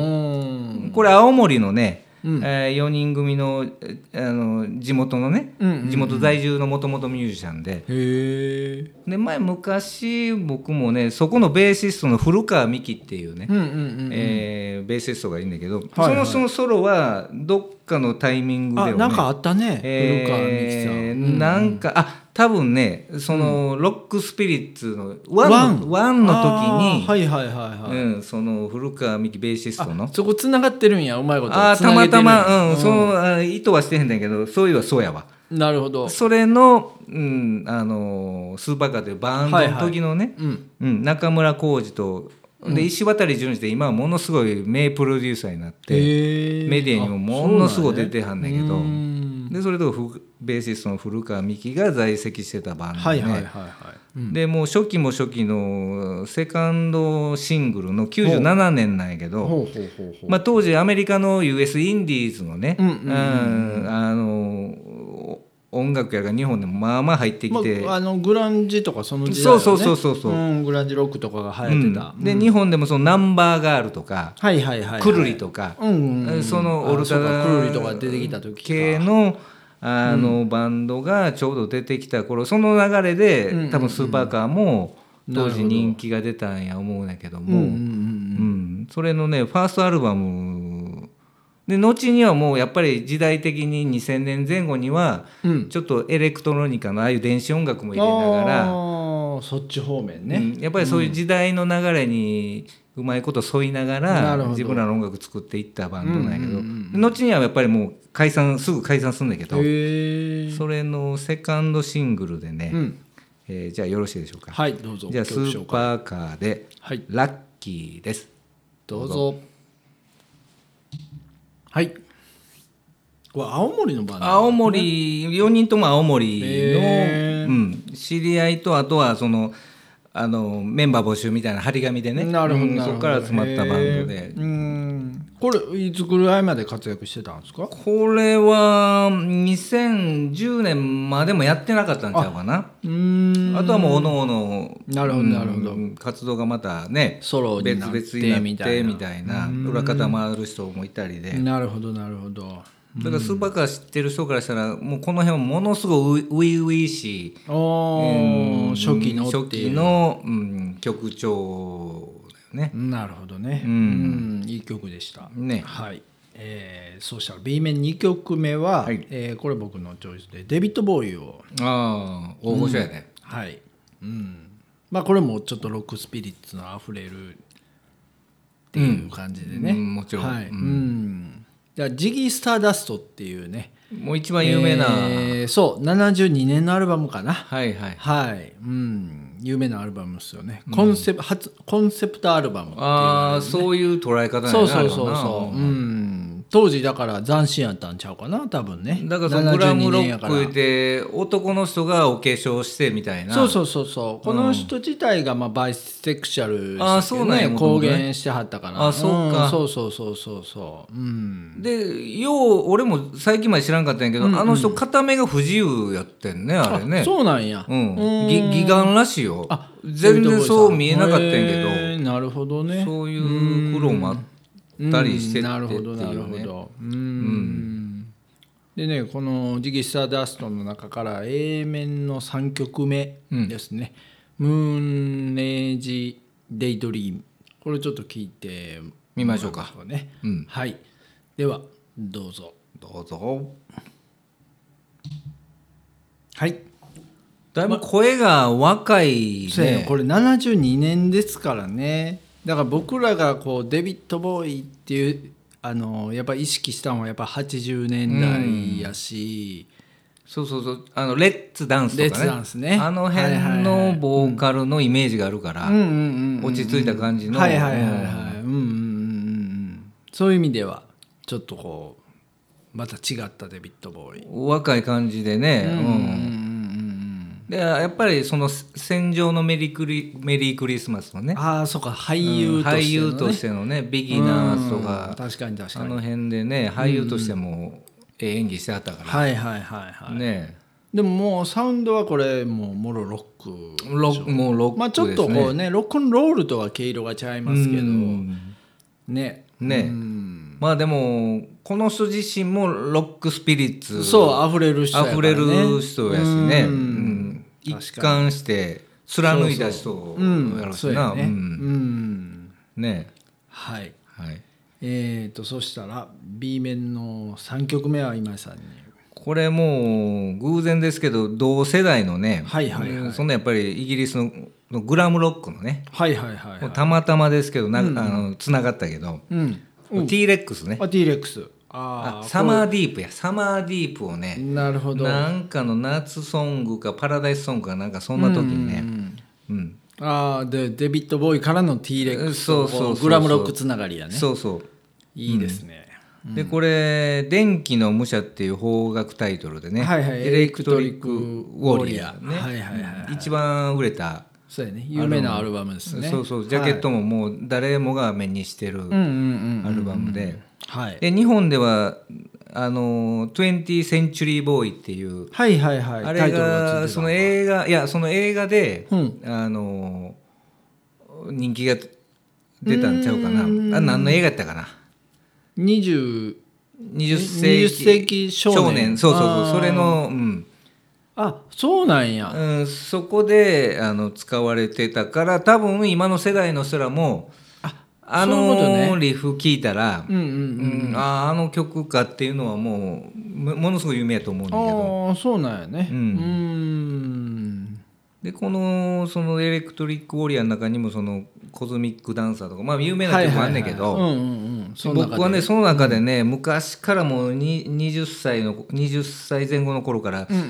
[SPEAKER 1] ん
[SPEAKER 2] これ青森のね、
[SPEAKER 1] うん
[SPEAKER 2] え4人組のえーあの地元のね、
[SPEAKER 1] うんうんうん
[SPEAKER 2] 地元在住のもともとミュージシャンで
[SPEAKER 1] へえ
[SPEAKER 2] で前昔僕もねそこのベーシストの古川美樹っていうね、
[SPEAKER 1] うんうん
[SPEAKER 2] えーベーシストがいいんだけど、
[SPEAKER 1] はいはい
[SPEAKER 2] そのそのソロはどっかのタイミン
[SPEAKER 1] う
[SPEAKER 2] グ
[SPEAKER 1] ん
[SPEAKER 2] では、
[SPEAKER 1] あ
[SPEAKER 2] ね、
[SPEAKER 1] なんかあったね古川美樹
[SPEAKER 2] え
[SPEAKER 1] さん
[SPEAKER 2] ー
[SPEAKER 1] うん
[SPEAKER 2] なんかあ多分ねその、ロックスピリッツのワンのワンの時に
[SPEAKER 1] あーはいはいはいはい
[SPEAKER 2] うん、その古川美樹ベーシストの
[SPEAKER 1] そこ繋がってるんやうまいこと
[SPEAKER 2] ああーた
[SPEAKER 1] 繋げ
[SPEAKER 2] ま
[SPEAKER 1] て
[SPEAKER 2] た
[SPEAKER 1] るんや
[SPEAKER 2] ま、うん、そのあ意図はしてへんだけどそういえばそうやわ
[SPEAKER 1] なるほど
[SPEAKER 2] それの、うん、あのースーパーカーというバンドの時のね、
[SPEAKER 1] うん
[SPEAKER 2] うん、中村浩二とで石渡淳二で今はものすごい名プロデューサーになって、
[SPEAKER 1] へえ
[SPEAKER 2] メディアにもものすごい出てはんねんけど
[SPEAKER 1] うーん
[SPEAKER 2] でそれとふベーシストの古川美樹が在籍してたバンド
[SPEAKER 1] は
[SPEAKER 2] で、
[SPEAKER 1] い
[SPEAKER 2] ね
[SPEAKER 1] はいはいはいうん
[SPEAKER 2] でもう初期も初期のセカンドシングルの97年なんやけど、
[SPEAKER 1] うほうほうほ
[SPEAKER 2] まあ、当時アメリカの US インディーズのね、
[SPEAKER 1] うんうんうん
[SPEAKER 2] うんあの音楽やが日本でもまあまあ入ってきて、
[SPEAKER 1] まあ、あのグランジとかその時代、ね、、
[SPEAKER 2] そうそうそうそうそうん
[SPEAKER 1] グランジロックとかが流行ってた、
[SPEAKER 2] うんで日本でもそのナンバーガールとか、
[SPEAKER 1] はいはいはい、はい、
[SPEAKER 2] くるりとか、
[SPEAKER 1] うんうんうん、
[SPEAKER 2] そのオルタ
[SPEAKER 1] あそう
[SPEAKER 2] ナ
[SPEAKER 1] かくるりとか出てきた時か
[SPEAKER 2] 系のあのバンドがちょうど出てきた頃その流れで、
[SPEAKER 1] うんうんうん
[SPEAKER 2] 多分スーパーカーも
[SPEAKER 1] なるほ
[SPEAKER 2] 当
[SPEAKER 1] ど
[SPEAKER 2] 時人気が出たんや思うんやけど
[SPEAKER 1] うん
[SPEAKER 2] も、
[SPEAKER 1] うんう
[SPEAKER 2] うんんそれのねファーストアルバムで後にはもうやっぱり時代的に2000年前後には
[SPEAKER 1] うんうん
[SPEAKER 2] ちょっとエレクトロニカのああいう電子音楽も入れなが
[SPEAKER 1] あ
[SPEAKER 2] ら、
[SPEAKER 1] ーそっち方面ね、
[SPEAKER 2] うんやっぱりそういう時代の流れにうまいこと沿いながら、
[SPEAKER 1] なるほど
[SPEAKER 2] 自分らの音楽作っていったバンドなんやけど、
[SPEAKER 1] うんうんうんうん
[SPEAKER 2] で後にはやっぱりもう解散すぐ解散するんだけど、
[SPEAKER 1] へえ
[SPEAKER 2] それのセカンドシングルでね、
[SPEAKER 1] うん
[SPEAKER 2] えーじゃあよろしいでしょうか、
[SPEAKER 1] はいどうぞ
[SPEAKER 2] じゃあス
[SPEAKER 1] 曲
[SPEAKER 2] ー
[SPEAKER 1] 紹介
[SPEAKER 2] パーカーで
[SPEAKER 1] はい
[SPEAKER 2] 「ラッキー」です。
[SPEAKER 1] どうぞはいこれ青森のバンド
[SPEAKER 2] 青森、4人とも青森の、
[SPEAKER 1] へー
[SPEAKER 2] うん、知り合いとあとはそのあのメンバー募集みたいな張り紙でね
[SPEAKER 1] なるほど
[SPEAKER 2] うん
[SPEAKER 1] なるほど
[SPEAKER 2] そこから集まったバンド
[SPEAKER 1] へ
[SPEAKER 2] で
[SPEAKER 1] ーうんこれいつぐらいまで活躍してたんですか
[SPEAKER 2] これは2010年までもやってなかったんちゃうか
[SPEAKER 1] う
[SPEAKER 2] なあ
[SPEAKER 1] ん
[SPEAKER 2] とはもうおのおの
[SPEAKER 1] なるほどなるほど
[SPEAKER 2] 活動がまたね
[SPEAKER 1] ソロに
[SPEAKER 2] 別
[SPEAKER 1] なっ
[SPEAKER 2] 々
[SPEAKER 1] て
[SPEAKER 2] に
[SPEAKER 1] み
[SPEAKER 2] なった
[SPEAKER 1] い
[SPEAKER 2] て
[SPEAKER 1] な
[SPEAKER 2] みたいな裏方回る人もいたりで
[SPEAKER 1] なるほどなるほど
[SPEAKER 2] だからスーパーカー知ってる人からしたらもうこの辺はものすごい初々しい
[SPEAKER 1] おー
[SPEAKER 2] うん
[SPEAKER 1] 初期の
[SPEAKER 2] 初
[SPEAKER 1] って
[SPEAKER 2] 期
[SPEAKER 1] いう
[SPEAKER 2] の、うん、曲調だよね。
[SPEAKER 1] なるほどね
[SPEAKER 2] う
[SPEAKER 1] うんいい曲でした
[SPEAKER 2] ね
[SPEAKER 1] はいえーそうしたら B 面2曲目は
[SPEAKER 2] はい
[SPEAKER 1] えーこれ僕のチョイスでデビッド・ボーイを
[SPEAKER 2] ああ大御所やね。
[SPEAKER 1] はいうんまあこれもちょっとロックスピリッツのあふれるっていう感じでね
[SPEAKER 2] うんもちろん
[SPEAKER 1] はい
[SPEAKER 2] うん
[SPEAKER 1] うんじゃあジギー・スターダストっていうね
[SPEAKER 2] もう一番有名な、
[SPEAKER 1] えーそう72年のアルバムかな
[SPEAKER 2] はいはい。
[SPEAKER 1] はい、うん、有名なアルバムですよね。コンセプ、初コンセプトアルバムっていうの
[SPEAKER 2] あ
[SPEAKER 1] が
[SPEAKER 2] あそういう捉え方なんやな
[SPEAKER 1] そうそうそう
[SPEAKER 2] あ
[SPEAKER 1] そう。う、
[SPEAKER 2] れはなん
[SPEAKER 1] 当時だから斬新やったんちゃうかな、多分ね。
[SPEAKER 2] だからそのグラムロ
[SPEAKER 1] 72年やから
[SPEAKER 2] ックで男の人がお化粧してみたいな。
[SPEAKER 1] そうそうそうそう。この人自体がまあバイセクシャルで
[SPEAKER 2] あー
[SPEAKER 1] すけ
[SPEAKER 2] そ
[SPEAKER 1] ど
[SPEAKER 2] うなんや
[SPEAKER 1] ね、
[SPEAKER 2] 元
[SPEAKER 1] 公
[SPEAKER 2] 々ね
[SPEAKER 1] 言してはったから。
[SPEAKER 2] あそうか
[SPEAKER 1] んそうそうそうそうそう。うん。
[SPEAKER 2] でよう俺も最近まで知らんかったんやけど、あの人片目が不自由やってんねあれね。
[SPEAKER 1] そうなんや。
[SPEAKER 2] うん
[SPEAKER 1] ーん
[SPEAKER 2] ぎ義眼らしいよ
[SPEAKER 1] あ
[SPEAKER 2] 全然そう見えなかったんやけど、
[SPEAKER 1] へーなるほどね。
[SPEAKER 2] そういう苦労もあったりして
[SPEAKER 1] う
[SPEAKER 2] って
[SPEAKER 1] ん
[SPEAKER 2] い
[SPEAKER 1] なるほ
[SPEAKER 2] う
[SPEAKER 1] ど
[SPEAKER 2] ね
[SPEAKER 1] なるほどうん、でねこの「ジギスターダスト」の中から A 面の3曲目ですね「ムーンレージ・デイ・ドリーム」これちょっと聞いて
[SPEAKER 2] 見ましょうか
[SPEAKER 1] もらいましょね
[SPEAKER 2] うん
[SPEAKER 1] はいではどうぞ
[SPEAKER 2] どうぞ
[SPEAKER 1] はい
[SPEAKER 2] だいぶ声が若い
[SPEAKER 1] そうやね
[SPEAKER 2] ね
[SPEAKER 1] これ72年ですからねだから僕らがこうデビッド・ボーイっていうあのやっぱ意識したのはやっぱ80年代やし、
[SPEAKER 2] そうそうそうあのレッツダンスとかね
[SPEAKER 1] レッツダンスね
[SPEAKER 2] あの辺
[SPEAKER 1] はいはいは
[SPEAKER 2] の
[SPEAKER 1] い
[SPEAKER 2] ボーカルのイメージがあるから、
[SPEAKER 1] うんうんうんうん
[SPEAKER 2] 落ち着いた感じの
[SPEAKER 1] はいはいはいはいうんうんうんうんそういう意味ではちょっとこうまた違ったデビッド・ボーイ
[SPEAKER 2] 若い感じでね、うんでやっぱりその戦場のメリークリメリークリスマスのね
[SPEAKER 1] ああそうか俳優と
[SPEAKER 2] 俳
[SPEAKER 1] してのね、
[SPEAKER 2] 優としてのねビギナーズと
[SPEAKER 1] うん
[SPEAKER 2] か、
[SPEAKER 1] 確かに確か
[SPEAKER 2] あ
[SPEAKER 1] に
[SPEAKER 2] の辺でね俳優としてもええ演技してはったから、
[SPEAKER 1] はいはいはいはい、
[SPEAKER 2] ね
[SPEAKER 1] でももうサウンドはこれもうもろロック
[SPEAKER 2] ロックもうロックですね、
[SPEAKER 1] まあちょっとこうねロックンロールとは毛色が違いますけどね
[SPEAKER 2] ね
[SPEAKER 1] うん
[SPEAKER 2] まあでもこの人自身もロックスピリッツ
[SPEAKER 1] そう溢れる人やから、ね、
[SPEAKER 2] 溢れる人やしね、
[SPEAKER 1] う
[SPEAKER 2] うんん一貫して貫いた人
[SPEAKER 1] うん
[SPEAKER 2] やろし
[SPEAKER 1] そう
[SPEAKER 2] な
[SPEAKER 1] やね
[SPEAKER 2] う
[SPEAKER 1] うんん
[SPEAKER 2] ね
[SPEAKER 1] はい
[SPEAKER 2] はい、
[SPEAKER 1] えー、とそしたら B 面の3曲目は今井さんに
[SPEAKER 2] これもう偶然ですけど同世代のね、
[SPEAKER 1] はいはいはい
[SPEAKER 2] そのやっぱりイギリスののグラムロックのね
[SPEAKER 1] はいはいはい、はい、
[SPEAKER 2] たまたまですけどな、あのつながったけど、
[SPEAKER 1] うん、
[SPEAKER 2] T-REX ね
[SPEAKER 1] あ T-Rex あ
[SPEAKER 2] あ
[SPEAKER 1] あ
[SPEAKER 2] サマーディープやサマーディープをね、
[SPEAKER 1] なるほど
[SPEAKER 2] なんかの夏ソングかパラダイスソングかなんかそんな時にね、うん
[SPEAKER 1] ああでデビッド・ボーイからの T-Rex
[SPEAKER 2] そうそうそうそう
[SPEAKER 1] グラムロックつながりやね
[SPEAKER 2] そうそう、
[SPEAKER 1] いいですね、
[SPEAKER 2] でこれ「電気の武者」っていう邦楽タイトルでね、
[SPEAKER 1] はいはい
[SPEAKER 2] エレクトリック・ウォリア
[SPEAKER 1] ウ
[SPEAKER 2] ー、ね
[SPEAKER 1] ォリアーはいはいはい
[SPEAKER 2] 一番売れた、
[SPEAKER 1] そうやね有名なアルバムですね
[SPEAKER 2] そうそうジャケットももう誰もが目にしてる
[SPEAKER 1] うんうんうん
[SPEAKER 2] アルバムで、
[SPEAKER 1] はい
[SPEAKER 2] で日本ではあの「20th Century Boy」っていう
[SPEAKER 1] はいはいはい
[SPEAKER 2] あ
[SPEAKER 1] タ
[SPEAKER 2] れ
[SPEAKER 1] イトル
[SPEAKER 2] が
[SPEAKER 1] ついて
[SPEAKER 2] その映画いやその映画で、
[SPEAKER 1] うん
[SPEAKER 2] あの人気が出たんちゃうかなあ何の映画やったかな
[SPEAKER 1] た20
[SPEAKER 2] 20世紀
[SPEAKER 1] 20世紀少年
[SPEAKER 2] そうそうそう
[SPEAKER 1] あー
[SPEAKER 2] それの、うん
[SPEAKER 1] あそうなんや
[SPEAKER 2] うん、そこであの使われてたから多分今の世代の人らも
[SPEAKER 1] あ
[SPEAKER 2] あ
[SPEAKER 1] そういうことね
[SPEAKER 2] のリフ聞いたら、
[SPEAKER 1] うんうん
[SPEAKER 2] うんあーあの曲かっていうのはもうもものすごい有名やと思うんだけど
[SPEAKER 1] ああそうなんやね
[SPEAKER 2] う
[SPEAKER 1] うんーん
[SPEAKER 2] でこのそのエレクトリック・ウォリアーの中にもそのコズミック・ダンサーとか、まあ、有名な曲もあんねんけ
[SPEAKER 1] はいは
[SPEAKER 2] ど
[SPEAKER 1] いはいうんうんうんその中で
[SPEAKER 2] 僕はねその中でね昔からもうに20歳の20歳前後の頃から、
[SPEAKER 1] うんうん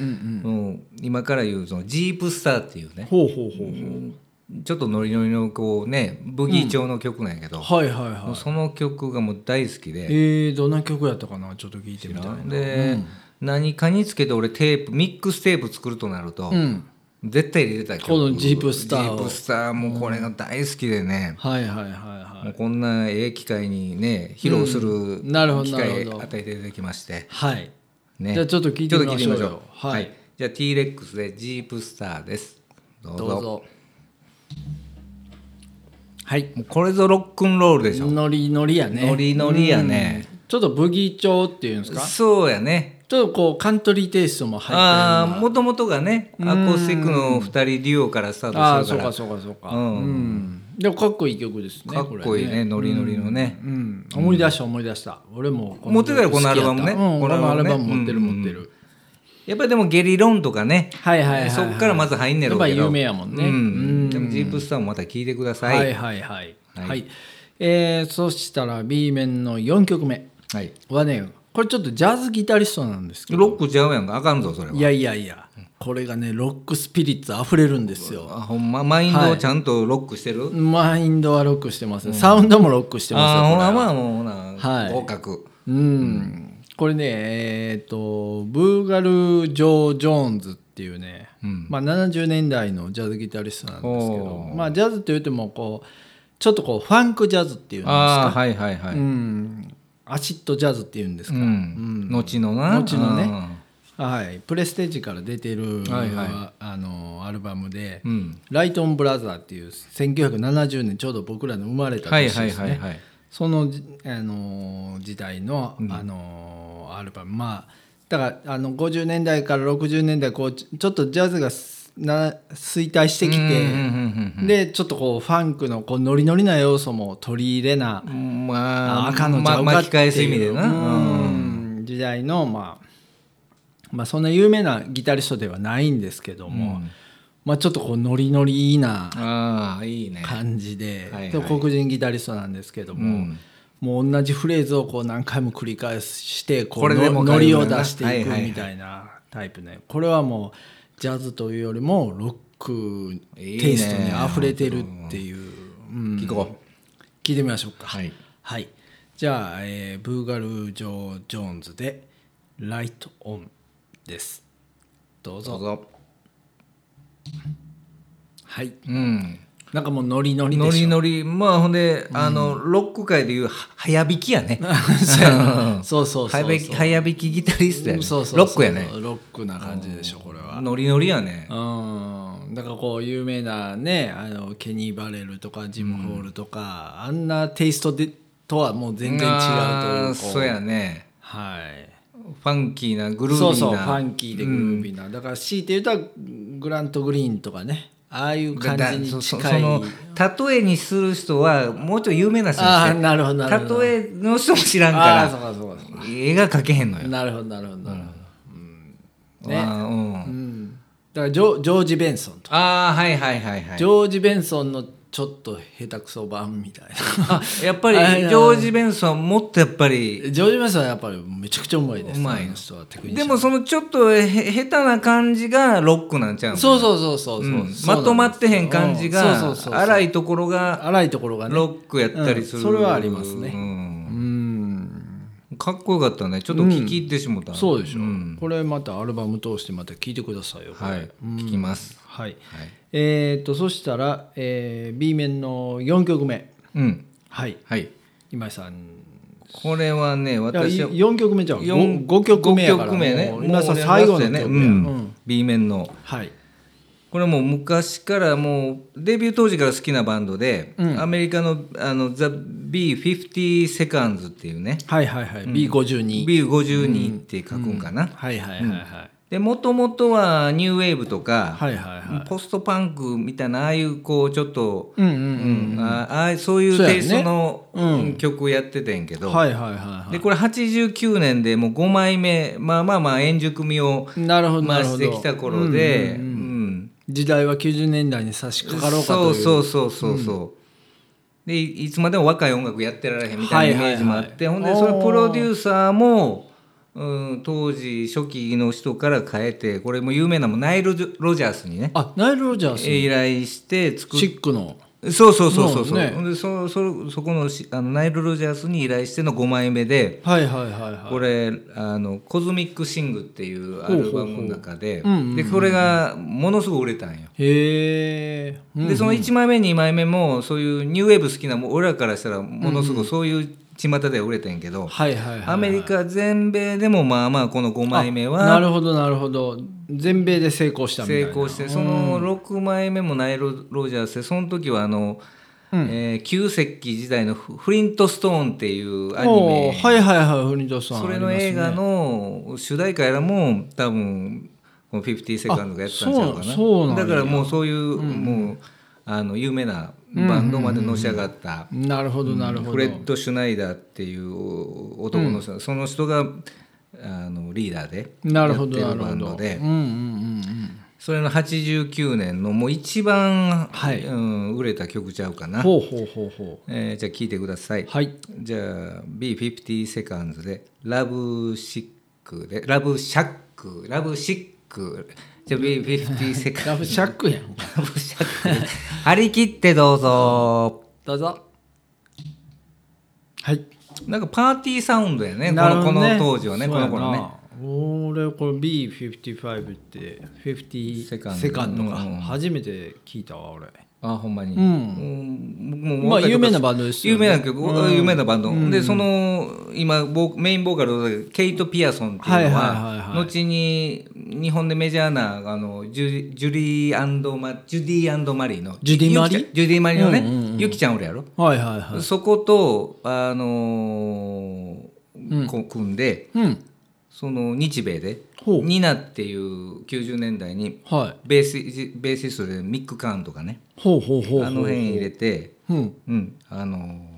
[SPEAKER 1] うん
[SPEAKER 2] もう今から言うそのジープスターっていうね
[SPEAKER 1] ほうほうほう
[SPEAKER 2] ちょっとノリノリのこうねブギー調の曲なんやけど、
[SPEAKER 1] ほうはいはいは
[SPEAKER 2] もう
[SPEAKER 1] い
[SPEAKER 2] その曲がもう大好きで。
[SPEAKER 1] えー、どんな曲やったかなちょっと聞いてみたいな
[SPEAKER 2] で、何かにつけて俺テープミックステープ作るとなると、
[SPEAKER 1] うん
[SPEAKER 2] 絶対入れてた曲
[SPEAKER 1] このジープスターを
[SPEAKER 2] ジープスターもうこれが大好きでね、
[SPEAKER 1] はいはいはいは
[SPEAKER 2] もう
[SPEAKER 1] い
[SPEAKER 2] こんなええ機会にね披露する
[SPEAKER 1] んなるほど
[SPEAKER 2] 機
[SPEAKER 1] な
[SPEAKER 2] 会
[SPEAKER 1] るほど
[SPEAKER 2] 与えていただきまして、
[SPEAKER 1] はい
[SPEAKER 2] ね
[SPEAKER 1] じゃあちょっと聞いてみましょうよ
[SPEAKER 2] ちょっと聞いてみましょう
[SPEAKER 1] は
[SPEAKER 2] はいい、じゃあ T-REX でジープスターですどうぞ
[SPEAKER 1] どうぞはい
[SPEAKER 2] もうこれぞロックンロールでしょ、
[SPEAKER 1] ノリノリやね
[SPEAKER 2] ノリノリやね
[SPEAKER 1] うんちょっとブギー調っていうんですか
[SPEAKER 2] そうやね
[SPEAKER 1] ちょっとこうカントリーテイストも入って
[SPEAKER 2] ああもともとがねアコースティックの2人デュオからスター
[SPEAKER 1] るああ
[SPEAKER 2] ト
[SPEAKER 1] ー
[SPEAKER 2] する
[SPEAKER 1] そう
[SPEAKER 2] から
[SPEAKER 1] かそうかそうか
[SPEAKER 2] うん
[SPEAKER 1] うんでもかっこいい曲ですね
[SPEAKER 2] かっこいいね
[SPEAKER 1] れ
[SPEAKER 2] ノリノリのね、
[SPEAKER 1] うん思い出した思い出した俺もの
[SPEAKER 2] 持ってたよこのアルバムね
[SPEAKER 1] 好きやったうん
[SPEAKER 2] こ
[SPEAKER 1] こ
[SPEAKER 2] の
[SPEAKER 1] の
[SPEAKER 2] ア
[SPEAKER 1] ア
[SPEAKER 2] ル
[SPEAKER 1] ル
[SPEAKER 2] バ
[SPEAKER 1] バ
[SPEAKER 2] ムね
[SPEAKER 1] ム持ってる
[SPEAKER 2] うんうん
[SPEAKER 1] 持ってる
[SPEAKER 2] やっぱりでもゲリロンとかね、
[SPEAKER 1] はいはいはいはい
[SPEAKER 2] そっからまず入んねやろうけど
[SPEAKER 1] やっぱ有名やもんね
[SPEAKER 2] う
[SPEAKER 1] うん
[SPEAKER 2] でもジープスターもまた聞いてください
[SPEAKER 1] は
[SPEAKER 2] はい
[SPEAKER 1] はい
[SPEAKER 2] い、
[SPEAKER 1] はい
[SPEAKER 2] はい
[SPEAKER 1] はいえーそしたら B 面の4曲目はねこれちょっとジャズギタリストなんですけど
[SPEAKER 2] ロックちゃうやんかあかんぞそれはい
[SPEAKER 1] やいやいや、これがねロックスピリッツ溢れるんですよ
[SPEAKER 2] あほんまマインドをちゃんとロックしてる、
[SPEAKER 1] マインドはロックしてますね、サウンドもロックしてます
[SPEAKER 2] あ
[SPEAKER 1] よ
[SPEAKER 2] あ
[SPEAKER 1] こ
[SPEAKER 2] ほ
[SPEAKER 1] れ
[SPEAKER 2] な
[SPEAKER 1] は
[SPEAKER 2] まあもうほな、
[SPEAKER 1] はい
[SPEAKER 2] 合格
[SPEAKER 1] うんこれねえっ、とブーガル・ジョー・ジョーンズっていうね、まあ、70年代のジャズギタリストなんですけ
[SPEAKER 2] お
[SPEAKER 1] どまあジャズといってもこうちょっとこうファンクジャズっていうんです
[SPEAKER 2] ああ
[SPEAKER 1] か
[SPEAKER 2] はいはいはい、う
[SPEAKER 1] うんんアシッドジャズっていうんですか、
[SPEAKER 2] 後のな
[SPEAKER 1] 後のねはい、プレステージから出てる、
[SPEAKER 2] はいは
[SPEAKER 1] あのアルバムで、
[SPEAKER 2] うん、うん
[SPEAKER 1] ライトン・ブラザーっていう1970年ちょうど僕らの生まれた
[SPEAKER 2] はい
[SPEAKER 1] 年
[SPEAKER 2] はい
[SPEAKER 1] です
[SPEAKER 2] は
[SPEAKER 1] ね
[SPEAKER 2] いはい
[SPEAKER 1] そのじあのー時代の、あのーアルバムまあだからあの50年代から60年代こうちょちょっとジャズがすな衰退してき
[SPEAKER 2] うんうん
[SPEAKER 1] て、
[SPEAKER 2] うん
[SPEAKER 1] でちょっとこうファンクのこうノリノリな要素も取り入れな、
[SPEAKER 2] うんまあ
[SPEAKER 1] ああかんのちゃう
[SPEAKER 2] ま
[SPEAKER 1] か
[SPEAKER 2] 巻
[SPEAKER 1] っ
[SPEAKER 2] き
[SPEAKER 1] ていう
[SPEAKER 2] 返す意味でな
[SPEAKER 1] うん時代のまあまあ、そんな有名なギタリストではないんですけども、
[SPEAKER 2] うん
[SPEAKER 1] まあ、ちょっとこうノリノリな
[SPEAKER 2] ああいいね
[SPEAKER 1] 感じで、
[SPEAKER 2] はいはい
[SPEAKER 1] で黒人ギタリストなんですけども、
[SPEAKER 2] うん
[SPEAKER 1] もう同じフレーズをこう何回も繰り返してこう
[SPEAKER 2] これでも
[SPEAKER 1] の
[SPEAKER 2] か
[SPEAKER 1] ノ
[SPEAKER 2] い
[SPEAKER 1] リ
[SPEAKER 2] よな
[SPEAKER 1] を出して
[SPEAKER 2] はい
[SPEAKER 1] いく
[SPEAKER 2] はいはい
[SPEAKER 1] みたいなタイプね、これはもうジャズというよりもロック
[SPEAKER 2] いいね
[SPEAKER 1] テイストに溢れてるっていううん
[SPEAKER 2] 聞こう
[SPEAKER 1] 聞いてみましょうか
[SPEAKER 2] はい、
[SPEAKER 1] はいじゃあ、えーブーガル・ジョー・ジョーンズで「ライト・オン」ですどうぞ
[SPEAKER 2] どうぞ
[SPEAKER 1] はい
[SPEAKER 2] うん
[SPEAKER 1] なんかもうノリノリでしょ
[SPEAKER 2] ノリノリまあほんで、あのロック界でいうは早弾きやね
[SPEAKER 1] そうそうそうそう
[SPEAKER 2] 早弾き早弾きギタリストやね
[SPEAKER 1] そうそうそう
[SPEAKER 2] ロックやね
[SPEAKER 1] ロックな感じでしょこれは
[SPEAKER 2] ノリノリやね
[SPEAKER 1] うんだからこう有名なねあのケニー・バレルとかジム・ホールとか、あんなテイストでとはもう全然違うという
[SPEAKER 2] あー
[SPEAKER 1] か
[SPEAKER 2] そうやね
[SPEAKER 1] はい
[SPEAKER 2] ファンキーなグルービーな
[SPEAKER 1] そうそうファンキーでグルービーな、だから強いて言うたらグラント・グリーンとかねああいう感じに
[SPEAKER 2] だそ
[SPEAKER 1] 近い
[SPEAKER 2] その例えにする人はもうちょい有名な人に
[SPEAKER 1] ああ
[SPEAKER 2] して
[SPEAKER 1] なるほどなるほど
[SPEAKER 2] 例えの人も知らん
[SPEAKER 1] ああ
[SPEAKER 2] か
[SPEAKER 1] ーそうかそう
[SPEAKER 2] ら絵が描けへんの
[SPEAKER 1] か
[SPEAKER 2] よ、
[SPEAKER 1] なるほどなるほどなるほど、
[SPEAKER 2] ねうん
[SPEAKER 1] うん、だからジョジョージ・ベンソンとか
[SPEAKER 2] ああはいはいはいはい
[SPEAKER 1] ジョージ・ベンソンのちょっと下手くそ版みたいな。
[SPEAKER 2] あ やっぱりジ
[SPEAKER 1] あいや
[SPEAKER 2] ョージ・ベンソンはもっとやっぱり
[SPEAKER 1] ジョージ・ベンソンはやっぱりめちゃくちゃうまいです。
[SPEAKER 2] うまい
[SPEAKER 1] あの人はテクニシ
[SPEAKER 2] で
[SPEAKER 1] ャン
[SPEAKER 2] もそのちょっとへ下手な感じがロックなんちゃうの
[SPEAKER 1] そうそうそうそう
[SPEAKER 2] う
[SPEAKER 1] そう、
[SPEAKER 2] んまとまってへん感
[SPEAKER 1] う
[SPEAKER 2] じ
[SPEAKER 1] んそう
[SPEAKER 2] が
[SPEAKER 1] そうそうそう
[SPEAKER 2] 荒いところが
[SPEAKER 1] 荒いところがね。
[SPEAKER 2] ロックやったりする、
[SPEAKER 1] うんそれはありますね
[SPEAKER 2] うん
[SPEAKER 1] うん。
[SPEAKER 2] かっこよかったねちょっと聞き入ってしもた、
[SPEAKER 1] そうでしょ、
[SPEAKER 2] ん
[SPEAKER 1] これまたアルバム通してまた聴いてくださいよ。これ
[SPEAKER 2] はい、聞きます
[SPEAKER 1] はい。
[SPEAKER 2] はい
[SPEAKER 1] えっ、と、そしたら、えー、B 面の4曲目。
[SPEAKER 2] うん
[SPEAKER 1] はい。
[SPEAKER 2] はい
[SPEAKER 1] 今井さん。
[SPEAKER 2] これはね私は
[SPEAKER 1] 4曲目じゃん。
[SPEAKER 2] 四
[SPEAKER 1] 5, 曲目やから。
[SPEAKER 2] 五曲目ね
[SPEAKER 1] もう
[SPEAKER 2] もう
[SPEAKER 1] 今井さん最後の
[SPEAKER 2] ラス
[SPEAKER 1] 曲
[SPEAKER 2] ト
[SPEAKER 1] や、
[SPEAKER 2] やね
[SPEAKER 1] う
[SPEAKER 2] うんん、B 面の
[SPEAKER 1] はい。
[SPEAKER 2] これもう昔からもうデビュー当時から好きなバンドで、
[SPEAKER 1] うん
[SPEAKER 2] アメリカのあの TheB50 Seconds っていうね
[SPEAKER 1] はいはいはい。B52。
[SPEAKER 2] B52 って書くんかな、
[SPEAKER 1] はいはいはいはい。
[SPEAKER 2] でもともとはニューウェーブとか、
[SPEAKER 1] はいはいはい。
[SPEAKER 2] ポストパンクみたいなああいうこうちょっと、
[SPEAKER 1] うんう
[SPEAKER 2] うんんあああそういう
[SPEAKER 1] そうや
[SPEAKER 2] テ
[SPEAKER 1] ね
[SPEAKER 2] イストの、
[SPEAKER 1] うん
[SPEAKER 2] うん曲やっててんけ
[SPEAKER 1] う
[SPEAKER 2] ど、
[SPEAKER 1] ん。はいはいはいはい。
[SPEAKER 2] でこれ89年でもう5枚目まあまあまあ円熟味を
[SPEAKER 1] なるほどなるほ
[SPEAKER 2] 増して
[SPEAKER 1] ど。
[SPEAKER 2] きた頃で、
[SPEAKER 1] うんうんうん
[SPEAKER 2] うん
[SPEAKER 1] 時代は90年代に差し掛かろうかと
[SPEAKER 2] そ
[SPEAKER 1] いう。
[SPEAKER 2] うそううそうそうそう、でいいつまでも若い音楽やってられへんみたいなイメージもあって、
[SPEAKER 1] はいはいはい
[SPEAKER 2] ほんでそれプロデューサーも、うん、当時初期の人から変えてこれも有名なもんナイル・ロジャースにね
[SPEAKER 1] あ、ナイル・ロジャース、
[SPEAKER 2] 依頼して作っ
[SPEAKER 1] チックの。
[SPEAKER 2] そうそうそうそう
[SPEAKER 1] も
[SPEAKER 2] そう、
[SPEAKER 1] うね
[SPEAKER 2] ほんでそそそこのしあのナイル・ロジャースに依頼しての5枚目で
[SPEAKER 1] はいはいはいはい。
[SPEAKER 2] これあの「コズミック・シング」っていうアルバムの中で
[SPEAKER 1] ほうほうほううんうんうん
[SPEAKER 2] でこれがものすごく売れたんよ。
[SPEAKER 1] へえ。うん
[SPEAKER 2] でその1枚目2枚目もそういうニューウェーブ好きなもう俺らからしたらものすごいそういう巷では売れてんけど、
[SPEAKER 1] はいはいはいはい。
[SPEAKER 2] アメリカ全米でもまあまあこの5枚目
[SPEAKER 1] な
[SPEAKER 2] は
[SPEAKER 1] るほどなるほど。全米で成功したみたいな。
[SPEAKER 2] 成功してその6枚目もナイル・ロジャースでその時はあの、えー旧石器時代のフフリントストーンっていうアニ
[SPEAKER 1] おー
[SPEAKER 2] メ
[SPEAKER 1] はいはいはい、フニトさん。
[SPEAKER 2] それの映画の主題歌やらも多分この50セカンドがやってたんちゃうか
[SPEAKER 1] あ
[SPEAKER 2] な
[SPEAKER 1] そうそうなんや
[SPEAKER 2] だからもうそういう、もうあの有名なバンドまでのし上がった、
[SPEAKER 1] ありますね。なるほどなるほど。
[SPEAKER 2] フレッド・シュナイダーっていう男の人、その人があのリーダーで
[SPEAKER 1] なるほど
[SPEAKER 2] やっ
[SPEAKER 1] な
[SPEAKER 2] て
[SPEAKER 1] る
[SPEAKER 2] るバ
[SPEAKER 1] ほど。うんうん
[SPEAKER 2] ンドで
[SPEAKER 1] うん
[SPEAKER 2] それの89年のもう一番、
[SPEAKER 1] はい
[SPEAKER 2] うん、売れた曲ちゃうか
[SPEAKER 1] うん。
[SPEAKER 2] な、
[SPEAKER 1] ほうほうほうほ
[SPEAKER 2] えーじゃあ聴いてください、
[SPEAKER 1] う。はい。
[SPEAKER 2] じゃあ B50 セカンズでラブシックでラブシャックラブシックじゃあ B50 セカ
[SPEAKER 1] ラ
[SPEAKER 2] ン
[SPEAKER 1] ブ
[SPEAKER 2] ズ
[SPEAKER 1] シャックやん。
[SPEAKER 2] ラブシャック張り切ってどうぞ
[SPEAKER 1] どうぞ。はい。
[SPEAKER 2] なんかパーティーサウンドやね
[SPEAKER 1] な
[SPEAKER 2] こ
[SPEAKER 1] る
[SPEAKER 2] の
[SPEAKER 1] ほ
[SPEAKER 2] こ
[SPEAKER 1] ど
[SPEAKER 2] の当時はね
[SPEAKER 1] そ
[SPEAKER 2] こ
[SPEAKER 1] うや
[SPEAKER 2] の
[SPEAKER 1] な
[SPEAKER 2] 頃ね
[SPEAKER 1] 俺これ B55 って50
[SPEAKER 2] セ
[SPEAKER 1] セ
[SPEAKER 2] カ
[SPEAKER 1] カ
[SPEAKER 2] ン
[SPEAKER 1] ン
[SPEAKER 2] ド
[SPEAKER 1] ドか、
[SPEAKER 2] うんうん
[SPEAKER 1] 初めて聞いたわ俺
[SPEAKER 2] あほんまに、
[SPEAKER 1] ん
[SPEAKER 2] うんもうもう
[SPEAKER 1] まあ
[SPEAKER 2] 若い
[SPEAKER 1] 有
[SPEAKER 2] 時
[SPEAKER 1] 名なバンドですよ、
[SPEAKER 2] 有
[SPEAKER 1] ね、
[SPEAKER 2] 名な曲、有名なバンド、でその今ボーメインボーカルのケイト・ピアソンっていうのは,、
[SPEAKER 1] はいはいはいはい
[SPEAKER 2] 後に日本でメジャーなあのジュジュリーマジュディマリーの
[SPEAKER 1] ジュディマリー
[SPEAKER 2] ゆきちゃんジュディマリーのね、
[SPEAKER 1] うんうんうん
[SPEAKER 2] ゆきちゃんおるやろ、
[SPEAKER 1] はいはいはい
[SPEAKER 2] そことあのーこう組んで
[SPEAKER 1] うん
[SPEAKER 2] その日米で
[SPEAKER 1] ほう
[SPEAKER 2] ニナっていう90年代に
[SPEAKER 1] はい
[SPEAKER 2] ベースベーシストでミック・カーンとかね
[SPEAKER 1] ほうほうほうほう
[SPEAKER 2] あの辺入れて、
[SPEAKER 1] うん
[SPEAKER 2] うん、あのー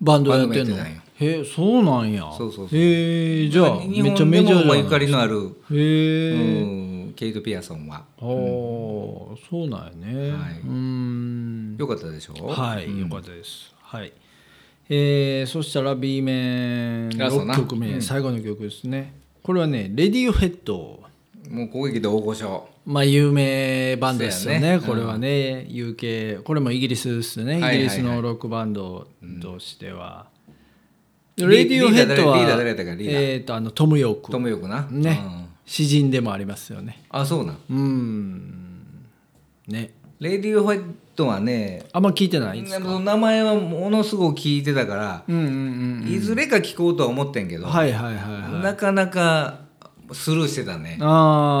[SPEAKER 1] バンドやってんの
[SPEAKER 2] バンドもやってたんよ
[SPEAKER 1] へえそうなんや
[SPEAKER 2] そうそうそう
[SPEAKER 1] へえじゃあ
[SPEAKER 2] 日
[SPEAKER 1] めっちゃ
[SPEAKER 2] 本で
[SPEAKER 1] メジャーじゃ
[SPEAKER 2] もまあ
[SPEAKER 1] ない
[SPEAKER 2] ゆかりのある、う
[SPEAKER 1] へえ、
[SPEAKER 2] ん、ケイト・ピアソンは
[SPEAKER 1] ああそうなんやね、
[SPEAKER 2] はいう
[SPEAKER 1] ーん
[SPEAKER 2] よかったでしょ
[SPEAKER 1] はい、
[SPEAKER 2] うん
[SPEAKER 1] よかったですはいえー、そしたら B 面
[SPEAKER 2] あそう
[SPEAKER 1] 6
[SPEAKER 2] な
[SPEAKER 1] 曲目、最後の曲ですねこれはね「レディオヘッド」
[SPEAKER 2] もう攻撃で大御所
[SPEAKER 1] まあ有名バンドですよね
[SPEAKER 2] そうやね
[SPEAKER 1] これはね、UK これもイギリスですね、
[SPEAKER 2] はいはいはい
[SPEAKER 1] イギリスのロックバンドとしては、
[SPEAKER 2] うん
[SPEAKER 1] レディオヘッドは
[SPEAKER 2] リーダー誰やったっけリーダー
[SPEAKER 1] えー、とあのトム・ヨーク
[SPEAKER 2] トムヨークな
[SPEAKER 1] ね、
[SPEAKER 2] うん
[SPEAKER 1] 詩人でもありますよね
[SPEAKER 2] あそうなん
[SPEAKER 1] うんね
[SPEAKER 2] レディオヘッドはね
[SPEAKER 1] あんま聞いてないです
[SPEAKER 2] あ
[SPEAKER 1] か
[SPEAKER 2] の名前はものすごく聞いてたから、
[SPEAKER 1] うんうんうん
[SPEAKER 2] いずれか聞こうとは思ってんけど、
[SPEAKER 1] はいはいはいはい
[SPEAKER 2] なかなかスルーしてたね。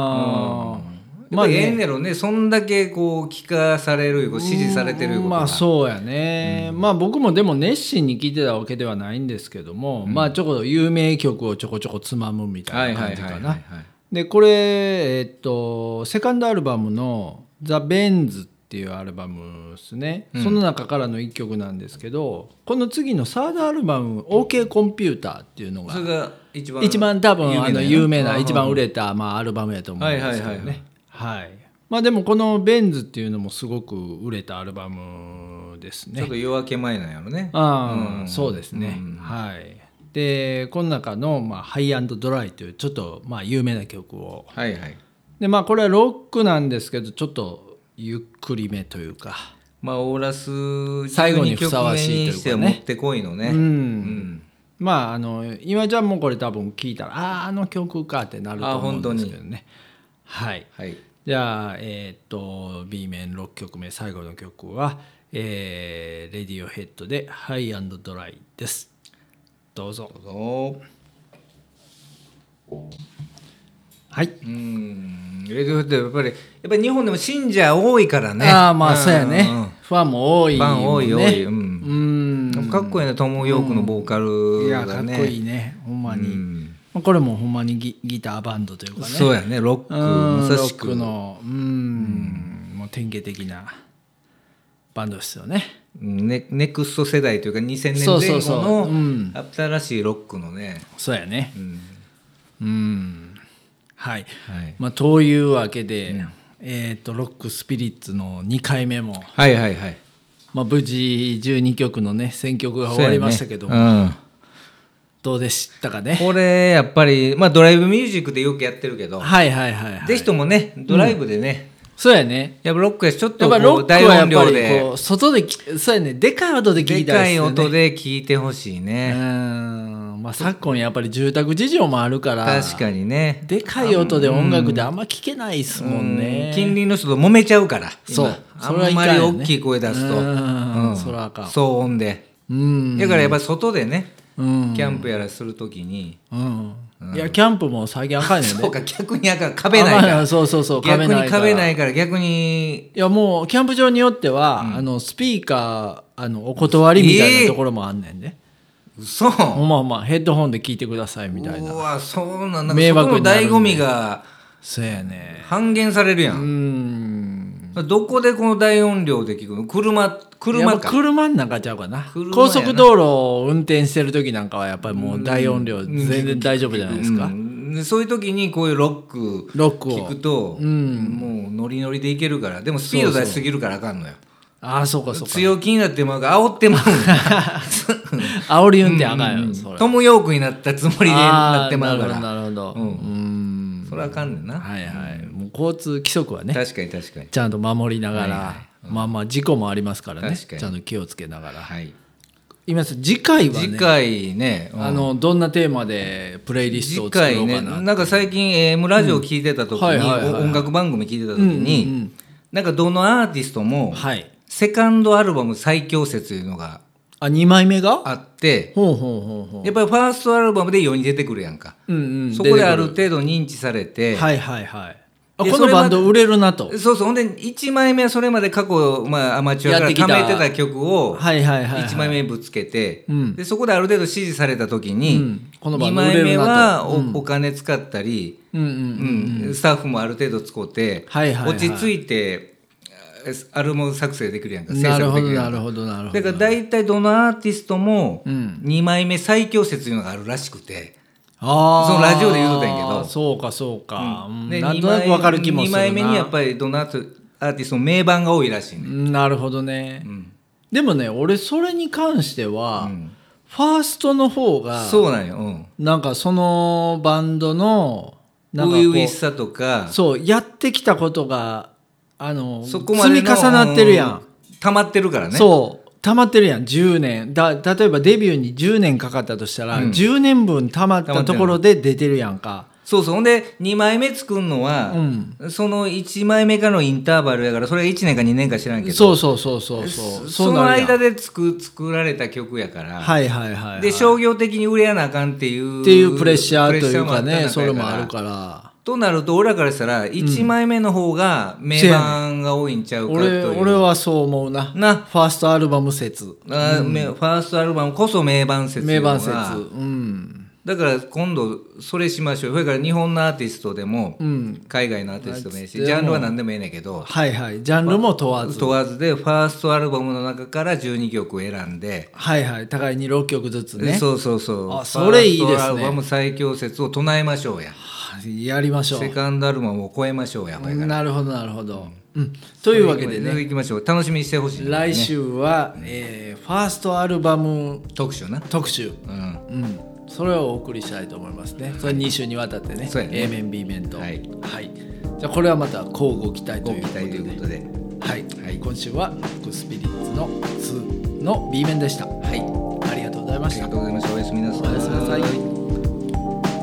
[SPEAKER 1] ああ、
[SPEAKER 2] まあ、ええんやろねそんだけこう聞かされるいうこと支持されてるいうことが
[SPEAKER 1] まあそうやね、まあ僕もでも熱心に聴いてたわけではないんですけども、まあちょこっと有名曲をちょこちょこつまむみた
[SPEAKER 2] はいい
[SPEAKER 1] な
[SPEAKER 2] は
[SPEAKER 1] 感
[SPEAKER 2] い
[SPEAKER 1] じ
[SPEAKER 2] はいは
[SPEAKER 1] か
[SPEAKER 2] いはい
[SPEAKER 1] な。でこれえっとセカンドアルバムの「ザ・ベンズ」っていうアルバムですね、その中からの1曲なんですけどこの次のサードアルバム「OK コンピューター」っていうのが
[SPEAKER 2] それが一番
[SPEAKER 1] 一番多分あの有名な
[SPEAKER 2] あ
[SPEAKER 1] 一番売
[SPEAKER 2] れ
[SPEAKER 1] れたまあアルバムやと思うんですけど
[SPEAKER 2] はいはいはい
[SPEAKER 1] ねはいまあでもこの「ベンズ」っていうのもすごく売れたアルバムです
[SPEAKER 2] ちょっ
[SPEAKER 1] ね
[SPEAKER 2] と夜明け前なんやろね
[SPEAKER 1] ああ、
[SPEAKER 2] うん
[SPEAKER 1] そうですね、
[SPEAKER 2] うん
[SPEAKER 1] はいでこの中の、まあ「ハイアンドドライ」というちょっとまあ有名な曲を
[SPEAKER 2] はいはい
[SPEAKER 1] でまあこれはロックなんですけどちょっとゆっくりめというか
[SPEAKER 2] まあオーラス
[SPEAKER 1] 最後にふさわしいというかね
[SPEAKER 2] 曲目にしてはもってこいのね
[SPEAKER 1] うん、
[SPEAKER 2] うん
[SPEAKER 1] まああの今ちゃんもこれ多分聞いたらあああの曲かってなると
[SPEAKER 2] あ
[SPEAKER 1] 思うん
[SPEAKER 2] 本当
[SPEAKER 1] で
[SPEAKER 2] に
[SPEAKER 1] すけどねはい
[SPEAKER 2] はい
[SPEAKER 1] じゃあ、えーっと B 面6曲目最後の曲は、えー、レディオヘッドで「ハイアンドドライ」ですどうぞ
[SPEAKER 2] どうぞ
[SPEAKER 1] はい、
[SPEAKER 2] うんレディオヘッドやっぱりやっぱり日本でも信者多いからね
[SPEAKER 1] ああまあ
[SPEAKER 2] ん
[SPEAKER 1] そうやね、
[SPEAKER 2] ん
[SPEAKER 1] ファンも多い
[SPEAKER 2] ファン多い
[SPEAKER 1] もん
[SPEAKER 2] 多
[SPEAKER 1] ね
[SPEAKER 2] い、う
[SPEAKER 1] うんん
[SPEAKER 2] かっこいいねトム・ヨークのボーカ
[SPEAKER 1] い
[SPEAKER 2] ル
[SPEAKER 1] やか
[SPEAKER 2] が
[SPEAKER 1] っこ
[SPEAKER 2] ね、
[SPEAKER 1] いいねほんまに、
[SPEAKER 2] うん
[SPEAKER 1] まあこれもほんまにギギターバンドというかね
[SPEAKER 2] そうやねロック
[SPEAKER 1] うん
[SPEAKER 2] ま
[SPEAKER 1] ロ
[SPEAKER 2] さし
[SPEAKER 1] ッ
[SPEAKER 2] く
[SPEAKER 1] クのうんもう典型的なバンドですよね
[SPEAKER 2] ネネクスト世代というか2000年
[SPEAKER 1] そうそう
[SPEAKER 2] 前
[SPEAKER 1] そう
[SPEAKER 2] 後
[SPEAKER 1] うん
[SPEAKER 2] の新しいロックのね
[SPEAKER 1] そうやね
[SPEAKER 2] うん
[SPEAKER 1] うんはい、
[SPEAKER 2] はい
[SPEAKER 1] まあ、というわけで、えー、とロックスピリッツの2回目も、
[SPEAKER 2] はいはいはい
[SPEAKER 1] まあ、無事12曲のね選曲が終わりましたけど、
[SPEAKER 2] そうやね
[SPEAKER 1] どうでしたか
[SPEAKER 2] うん
[SPEAKER 1] ね
[SPEAKER 2] これやっぱりまあドライブミュージックでよくやってるけど
[SPEAKER 1] はいはいはい、はい、
[SPEAKER 2] ぜひともねドライブでね
[SPEAKER 1] そうやね
[SPEAKER 2] やっぱロックやしちょっ
[SPEAKER 1] や
[SPEAKER 2] と
[SPEAKER 1] っ
[SPEAKER 2] こ
[SPEAKER 1] ぱ
[SPEAKER 2] う
[SPEAKER 1] ロックはやっぱ
[SPEAKER 2] 大音量
[SPEAKER 1] りこ
[SPEAKER 2] で
[SPEAKER 1] う外できそうやねでかい音で聞
[SPEAKER 2] で
[SPEAKER 1] いた
[SPEAKER 2] か
[SPEAKER 1] り
[SPEAKER 2] い
[SPEAKER 1] する、ね、
[SPEAKER 2] 音で聴いてほしいうね
[SPEAKER 1] んまあ昨今やっぱり住宅事情もあるから
[SPEAKER 2] 確かにね
[SPEAKER 1] でかい音で音楽であんま聞けないですもんね
[SPEAKER 2] うん近隣の人と揉めちゃうから
[SPEAKER 1] そう
[SPEAKER 2] 今
[SPEAKER 1] それは
[SPEAKER 2] あ
[SPEAKER 1] い
[SPEAKER 2] ん
[SPEAKER 1] か
[SPEAKER 2] ま
[SPEAKER 1] んよね
[SPEAKER 2] り大きい声出すと
[SPEAKER 1] うんそれはあかん
[SPEAKER 2] 騒音で
[SPEAKER 1] うん
[SPEAKER 2] だからやっぱり外でね
[SPEAKER 1] うん
[SPEAKER 2] キャンプやらするときに
[SPEAKER 1] うんいやキャンプも最近あかんねんね
[SPEAKER 2] そうか逆にあかん壁ないか
[SPEAKER 1] あまあ
[SPEAKER 2] ら
[SPEAKER 1] そうそうそう
[SPEAKER 2] 逆
[SPEAKER 1] 壁ない
[SPEAKER 2] に
[SPEAKER 1] から
[SPEAKER 2] 壁ないから逆に
[SPEAKER 1] いやもうキャンプ場によっては、あのスピーカーあのお断りみたい
[SPEAKER 2] え
[SPEAKER 1] な
[SPEAKER 2] え
[SPEAKER 1] ところもあんねんね、
[SPEAKER 2] 嘘
[SPEAKER 1] ほんまほんまヘッドホンで聞いてくださいみたいうな
[SPEAKER 2] わそうなんだ
[SPEAKER 1] 迷
[SPEAKER 2] そこ
[SPEAKER 1] 惑
[SPEAKER 2] の
[SPEAKER 1] になるん
[SPEAKER 2] 醍
[SPEAKER 1] で
[SPEAKER 2] 醐味が
[SPEAKER 1] そうやね
[SPEAKER 2] 半減されるや
[SPEAKER 1] うんん
[SPEAKER 2] どこでこの大音量で聞くの車
[SPEAKER 1] や
[SPEAKER 2] 車
[SPEAKER 1] っぱ
[SPEAKER 2] か
[SPEAKER 1] 車ん中ちゃうかな
[SPEAKER 2] 車やな
[SPEAKER 1] 高速道路を運転してる時なんかはやっぱりもう大音量全然大丈夫じゃないですか、
[SPEAKER 2] うんでそういう時にこういうロック
[SPEAKER 1] ロック
[SPEAKER 2] 聞
[SPEAKER 1] を
[SPEAKER 2] くと、
[SPEAKER 1] うん
[SPEAKER 2] もうノリノリでいけるからでもスピード出しすぎるからあかんのよ
[SPEAKER 1] ああそうかそうか
[SPEAKER 2] 強気になってまうから煽 ってまうのよ
[SPEAKER 1] 煽り運転あかんよ、それ
[SPEAKER 2] トム・ヨークになったつもりでなってまうか
[SPEAKER 1] あー
[SPEAKER 2] ら
[SPEAKER 1] なるほどなるほどう
[SPEAKER 2] うん
[SPEAKER 1] ん
[SPEAKER 2] それはあかんねんな、
[SPEAKER 1] はいはいもう交通規則はね
[SPEAKER 2] 確かに確かに
[SPEAKER 1] ちゃんと守りながら、まあまあ事故もありますからね
[SPEAKER 2] 確かに
[SPEAKER 1] ちゃんと気をつけながら、
[SPEAKER 2] はい
[SPEAKER 1] 今次回はね
[SPEAKER 2] 次回ね、うん
[SPEAKER 1] あのどんなテーマでプレイリスト
[SPEAKER 2] 次
[SPEAKER 1] を作ろ
[SPEAKER 2] 回
[SPEAKER 1] うか
[SPEAKER 2] ね
[SPEAKER 1] な、
[SPEAKER 2] なんか最近 AM ラジオ聞いてた時に、
[SPEAKER 1] はいはいはいはい
[SPEAKER 2] お音楽番組聞いてた時に、
[SPEAKER 1] うんうんうん
[SPEAKER 2] なんかどのアーティストも、
[SPEAKER 1] はい
[SPEAKER 2] セカンドアルバム最強説というのが
[SPEAKER 1] あ二枚目が
[SPEAKER 2] あって
[SPEAKER 1] ほうほうほうほ
[SPEAKER 2] やっぱりファーストアルバムで世に出てくるやんか、
[SPEAKER 1] う、うんうん、
[SPEAKER 2] そこである
[SPEAKER 1] 出て
[SPEAKER 2] 程度認知され
[SPEAKER 1] く
[SPEAKER 2] て、
[SPEAKER 1] るはいはいはいあ
[SPEAKER 2] で
[SPEAKER 1] こ
[SPEAKER 2] そ
[SPEAKER 1] の
[SPEAKER 2] れま
[SPEAKER 1] バンド売れるなと
[SPEAKER 2] そうそうほんで1枚目はそれまで過去、まあ、アマチュアから
[SPEAKER 1] やってきた
[SPEAKER 2] 貯めてた曲を
[SPEAKER 1] はいはいはい、はい、
[SPEAKER 2] 1枚目ぶつけて、
[SPEAKER 1] うん
[SPEAKER 2] でそこである程度支持された時に、
[SPEAKER 1] うんこのバ
[SPEAKER 2] 2
[SPEAKER 1] ンド売れ
[SPEAKER 2] 枚目
[SPEAKER 1] るな
[SPEAKER 2] は
[SPEAKER 1] と
[SPEAKER 2] お,、金使ったり、
[SPEAKER 1] うんうんうん
[SPEAKER 2] うんスタッフもある程度使って、
[SPEAKER 1] はいはいはい
[SPEAKER 2] 落ち着いてえアルバム作成できるやんか制
[SPEAKER 1] なる
[SPEAKER 2] 作
[SPEAKER 1] ほ
[SPEAKER 2] でき
[SPEAKER 1] ど
[SPEAKER 2] るや
[SPEAKER 1] なんる
[SPEAKER 2] か
[SPEAKER 1] ほどなるほど
[SPEAKER 2] だから大体どのアーティストも
[SPEAKER 1] うん
[SPEAKER 2] 2枚目最強説いうのがあるらしくて、
[SPEAKER 1] あー
[SPEAKER 2] そのラジオで言うとったんやけど
[SPEAKER 1] そうかそうか、うん
[SPEAKER 2] で
[SPEAKER 1] なんとなくわかる気もするな
[SPEAKER 2] 2枚目にやっぱりどのアーティストの名盤が多いらしいね、
[SPEAKER 1] うんなるほどね、
[SPEAKER 2] ん
[SPEAKER 1] でもね俺それに関しては、
[SPEAKER 2] うん
[SPEAKER 1] ファーストの方が
[SPEAKER 2] そうなんよ、うん、
[SPEAKER 1] なんかそのバンドのなんかこ
[SPEAKER 2] 初
[SPEAKER 1] う
[SPEAKER 2] 々しさとか
[SPEAKER 1] そうやってきたことがあの
[SPEAKER 2] そこまで
[SPEAKER 1] 積み
[SPEAKER 2] の
[SPEAKER 1] 重なってるやん、
[SPEAKER 2] うん溜まってるからね
[SPEAKER 1] そう溜まってるやん10年だ例えばデビューに10年かかったとしたら、
[SPEAKER 2] うん
[SPEAKER 1] 10年分溜まったところで出てるやんか
[SPEAKER 2] そうそうほんで2枚目作るのは、
[SPEAKER 1] うん
[SPEAKER 2] その1枚目からのインターバルやからそれが1年か2年か知らんけど
[SPEAKER 1] そうそうそうそうそう
[SPEAKER 2] その
[SPEAKER 1] なるやん
[SPEAKER 2] 間で作作られた曲やから、
[SPEAKER 1] はいはいはい、はい、
[SPEAKER 2] で商業的に売れやなあかんっていう
[SPEAKER 1] っていうプレッシャーと
[SPEAKER 2] プレ
[SPEAKER 1] い
[SPEAKER 2] ッシャ
[SPEAKER 1] う
[SPEAKER 2] もあ
[SPEAKER 1] か
[SPEAKER 2] った中や
[SPEAKER 1] ねそれもあるから
[SPEAKER 2] となると俺らからしたら1枚目の方が名盤が多いんちゃうかとい
[SPEAKER 1] 俺
[SPEAKER 2] う、
[SPEAKER 1] 俺はそう思うな
[SPEAKER 2] な
[SPEAKER 1] ファーストアルバム説
[SPEAKER 2] あめファーストアルバムこそ名盤説
[SPEAKER 1] 名盤説
[SPEAKER 2] が
[SPEAKER 1] うん
[SPEAKER 2] だから今度それしましょうそれから日本のアーティストでも、
[SPEAKER 1] うん
[SPEAKER 2] 海外のアーティストでもいいし
[SPEAKER 1] でも
[SPEAKER 2] ジャンルは何でもいいねんけど
[SPEAKER 1] はいはいジャンルも問わず
[SPEAKER 2] 問わずでファーストアルバムの中から12曲を選んで、
[SPEAKER 1] はいはい互いに6曲ずつね
[SPEAKER 2] そうそうそう
[SPEAKER 1] あそれいいですね
[SPEAKER 2] ファーストアルバム最強説を唱えましょうや
[SPEAKER 1] はいやりましょ
[SPEAKER 2] セ
[SPEAKER 1] う
[SPEAKER 2] カンドアルバムを超えましょうやこれから
[SPEAKER 1] なるほどなるほどうんというわけでね
[SPEAKER 2] いきましょう楽しみにしてほしいね、
[SPEAKER 1] 来週はえーファーストアルバム
[SPEAKER 2] 特集な
[SPEAKER 1] 特集
[SPEAKER 2] うん
[SPEAKER 1] うんそれをお送りしたいと思いますねそれ2週にわたってね
[SPEAKER 2] そうやね
[SPEAKER 1] A 面 B 面と
[SPEAKER 2] はい
[SPEAKER 1] はいじゃあこれはまた交互期待と
[SPEAKER 2] ご
[SPEAKER 1] い
[SPEAKER 2] 期
[SPEAKER 1] うこ
[SPEAKER 2] 待
[SPEAKER 1] と
[SPEAKER 2] と
[SPEAKER 1] で
[SPEAKER 2] いうことで
[SPEAKER 1] はい、
[SPEAKER 2] はい
[SPEAKER 1] 今週は「フックスピリッツの2」の B 面でした
[SPEAKER 2] はい
[SPEAKER 1] ありがとうございま
[SPEAKER 2] あ
[SPEAKER 1] し
[SPEAKER 2] り
[SPEAKER 1] た
[SPEAKER 2] がとうございましたおやすみなさい
[SPEAKER 1] おやすみなさい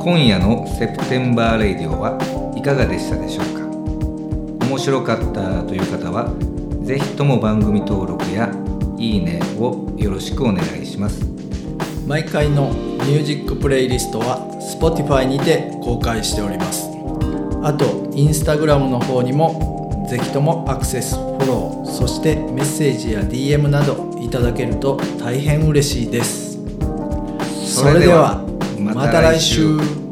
[SPEAKER 2] 今夜のセプテンバーレイディオはいかがでしたでしょうか面白かったという方はぜひとも番組登録やいいねをよろしくお願いします
[SPEAKER 1] 毎回のミュージックプレイリストは Spotify にて公開しておりますあと Instagram の方にもぜひともアクセスフォローそしてメッセージや DM などいただけると大変嬉しいですそれではまた来週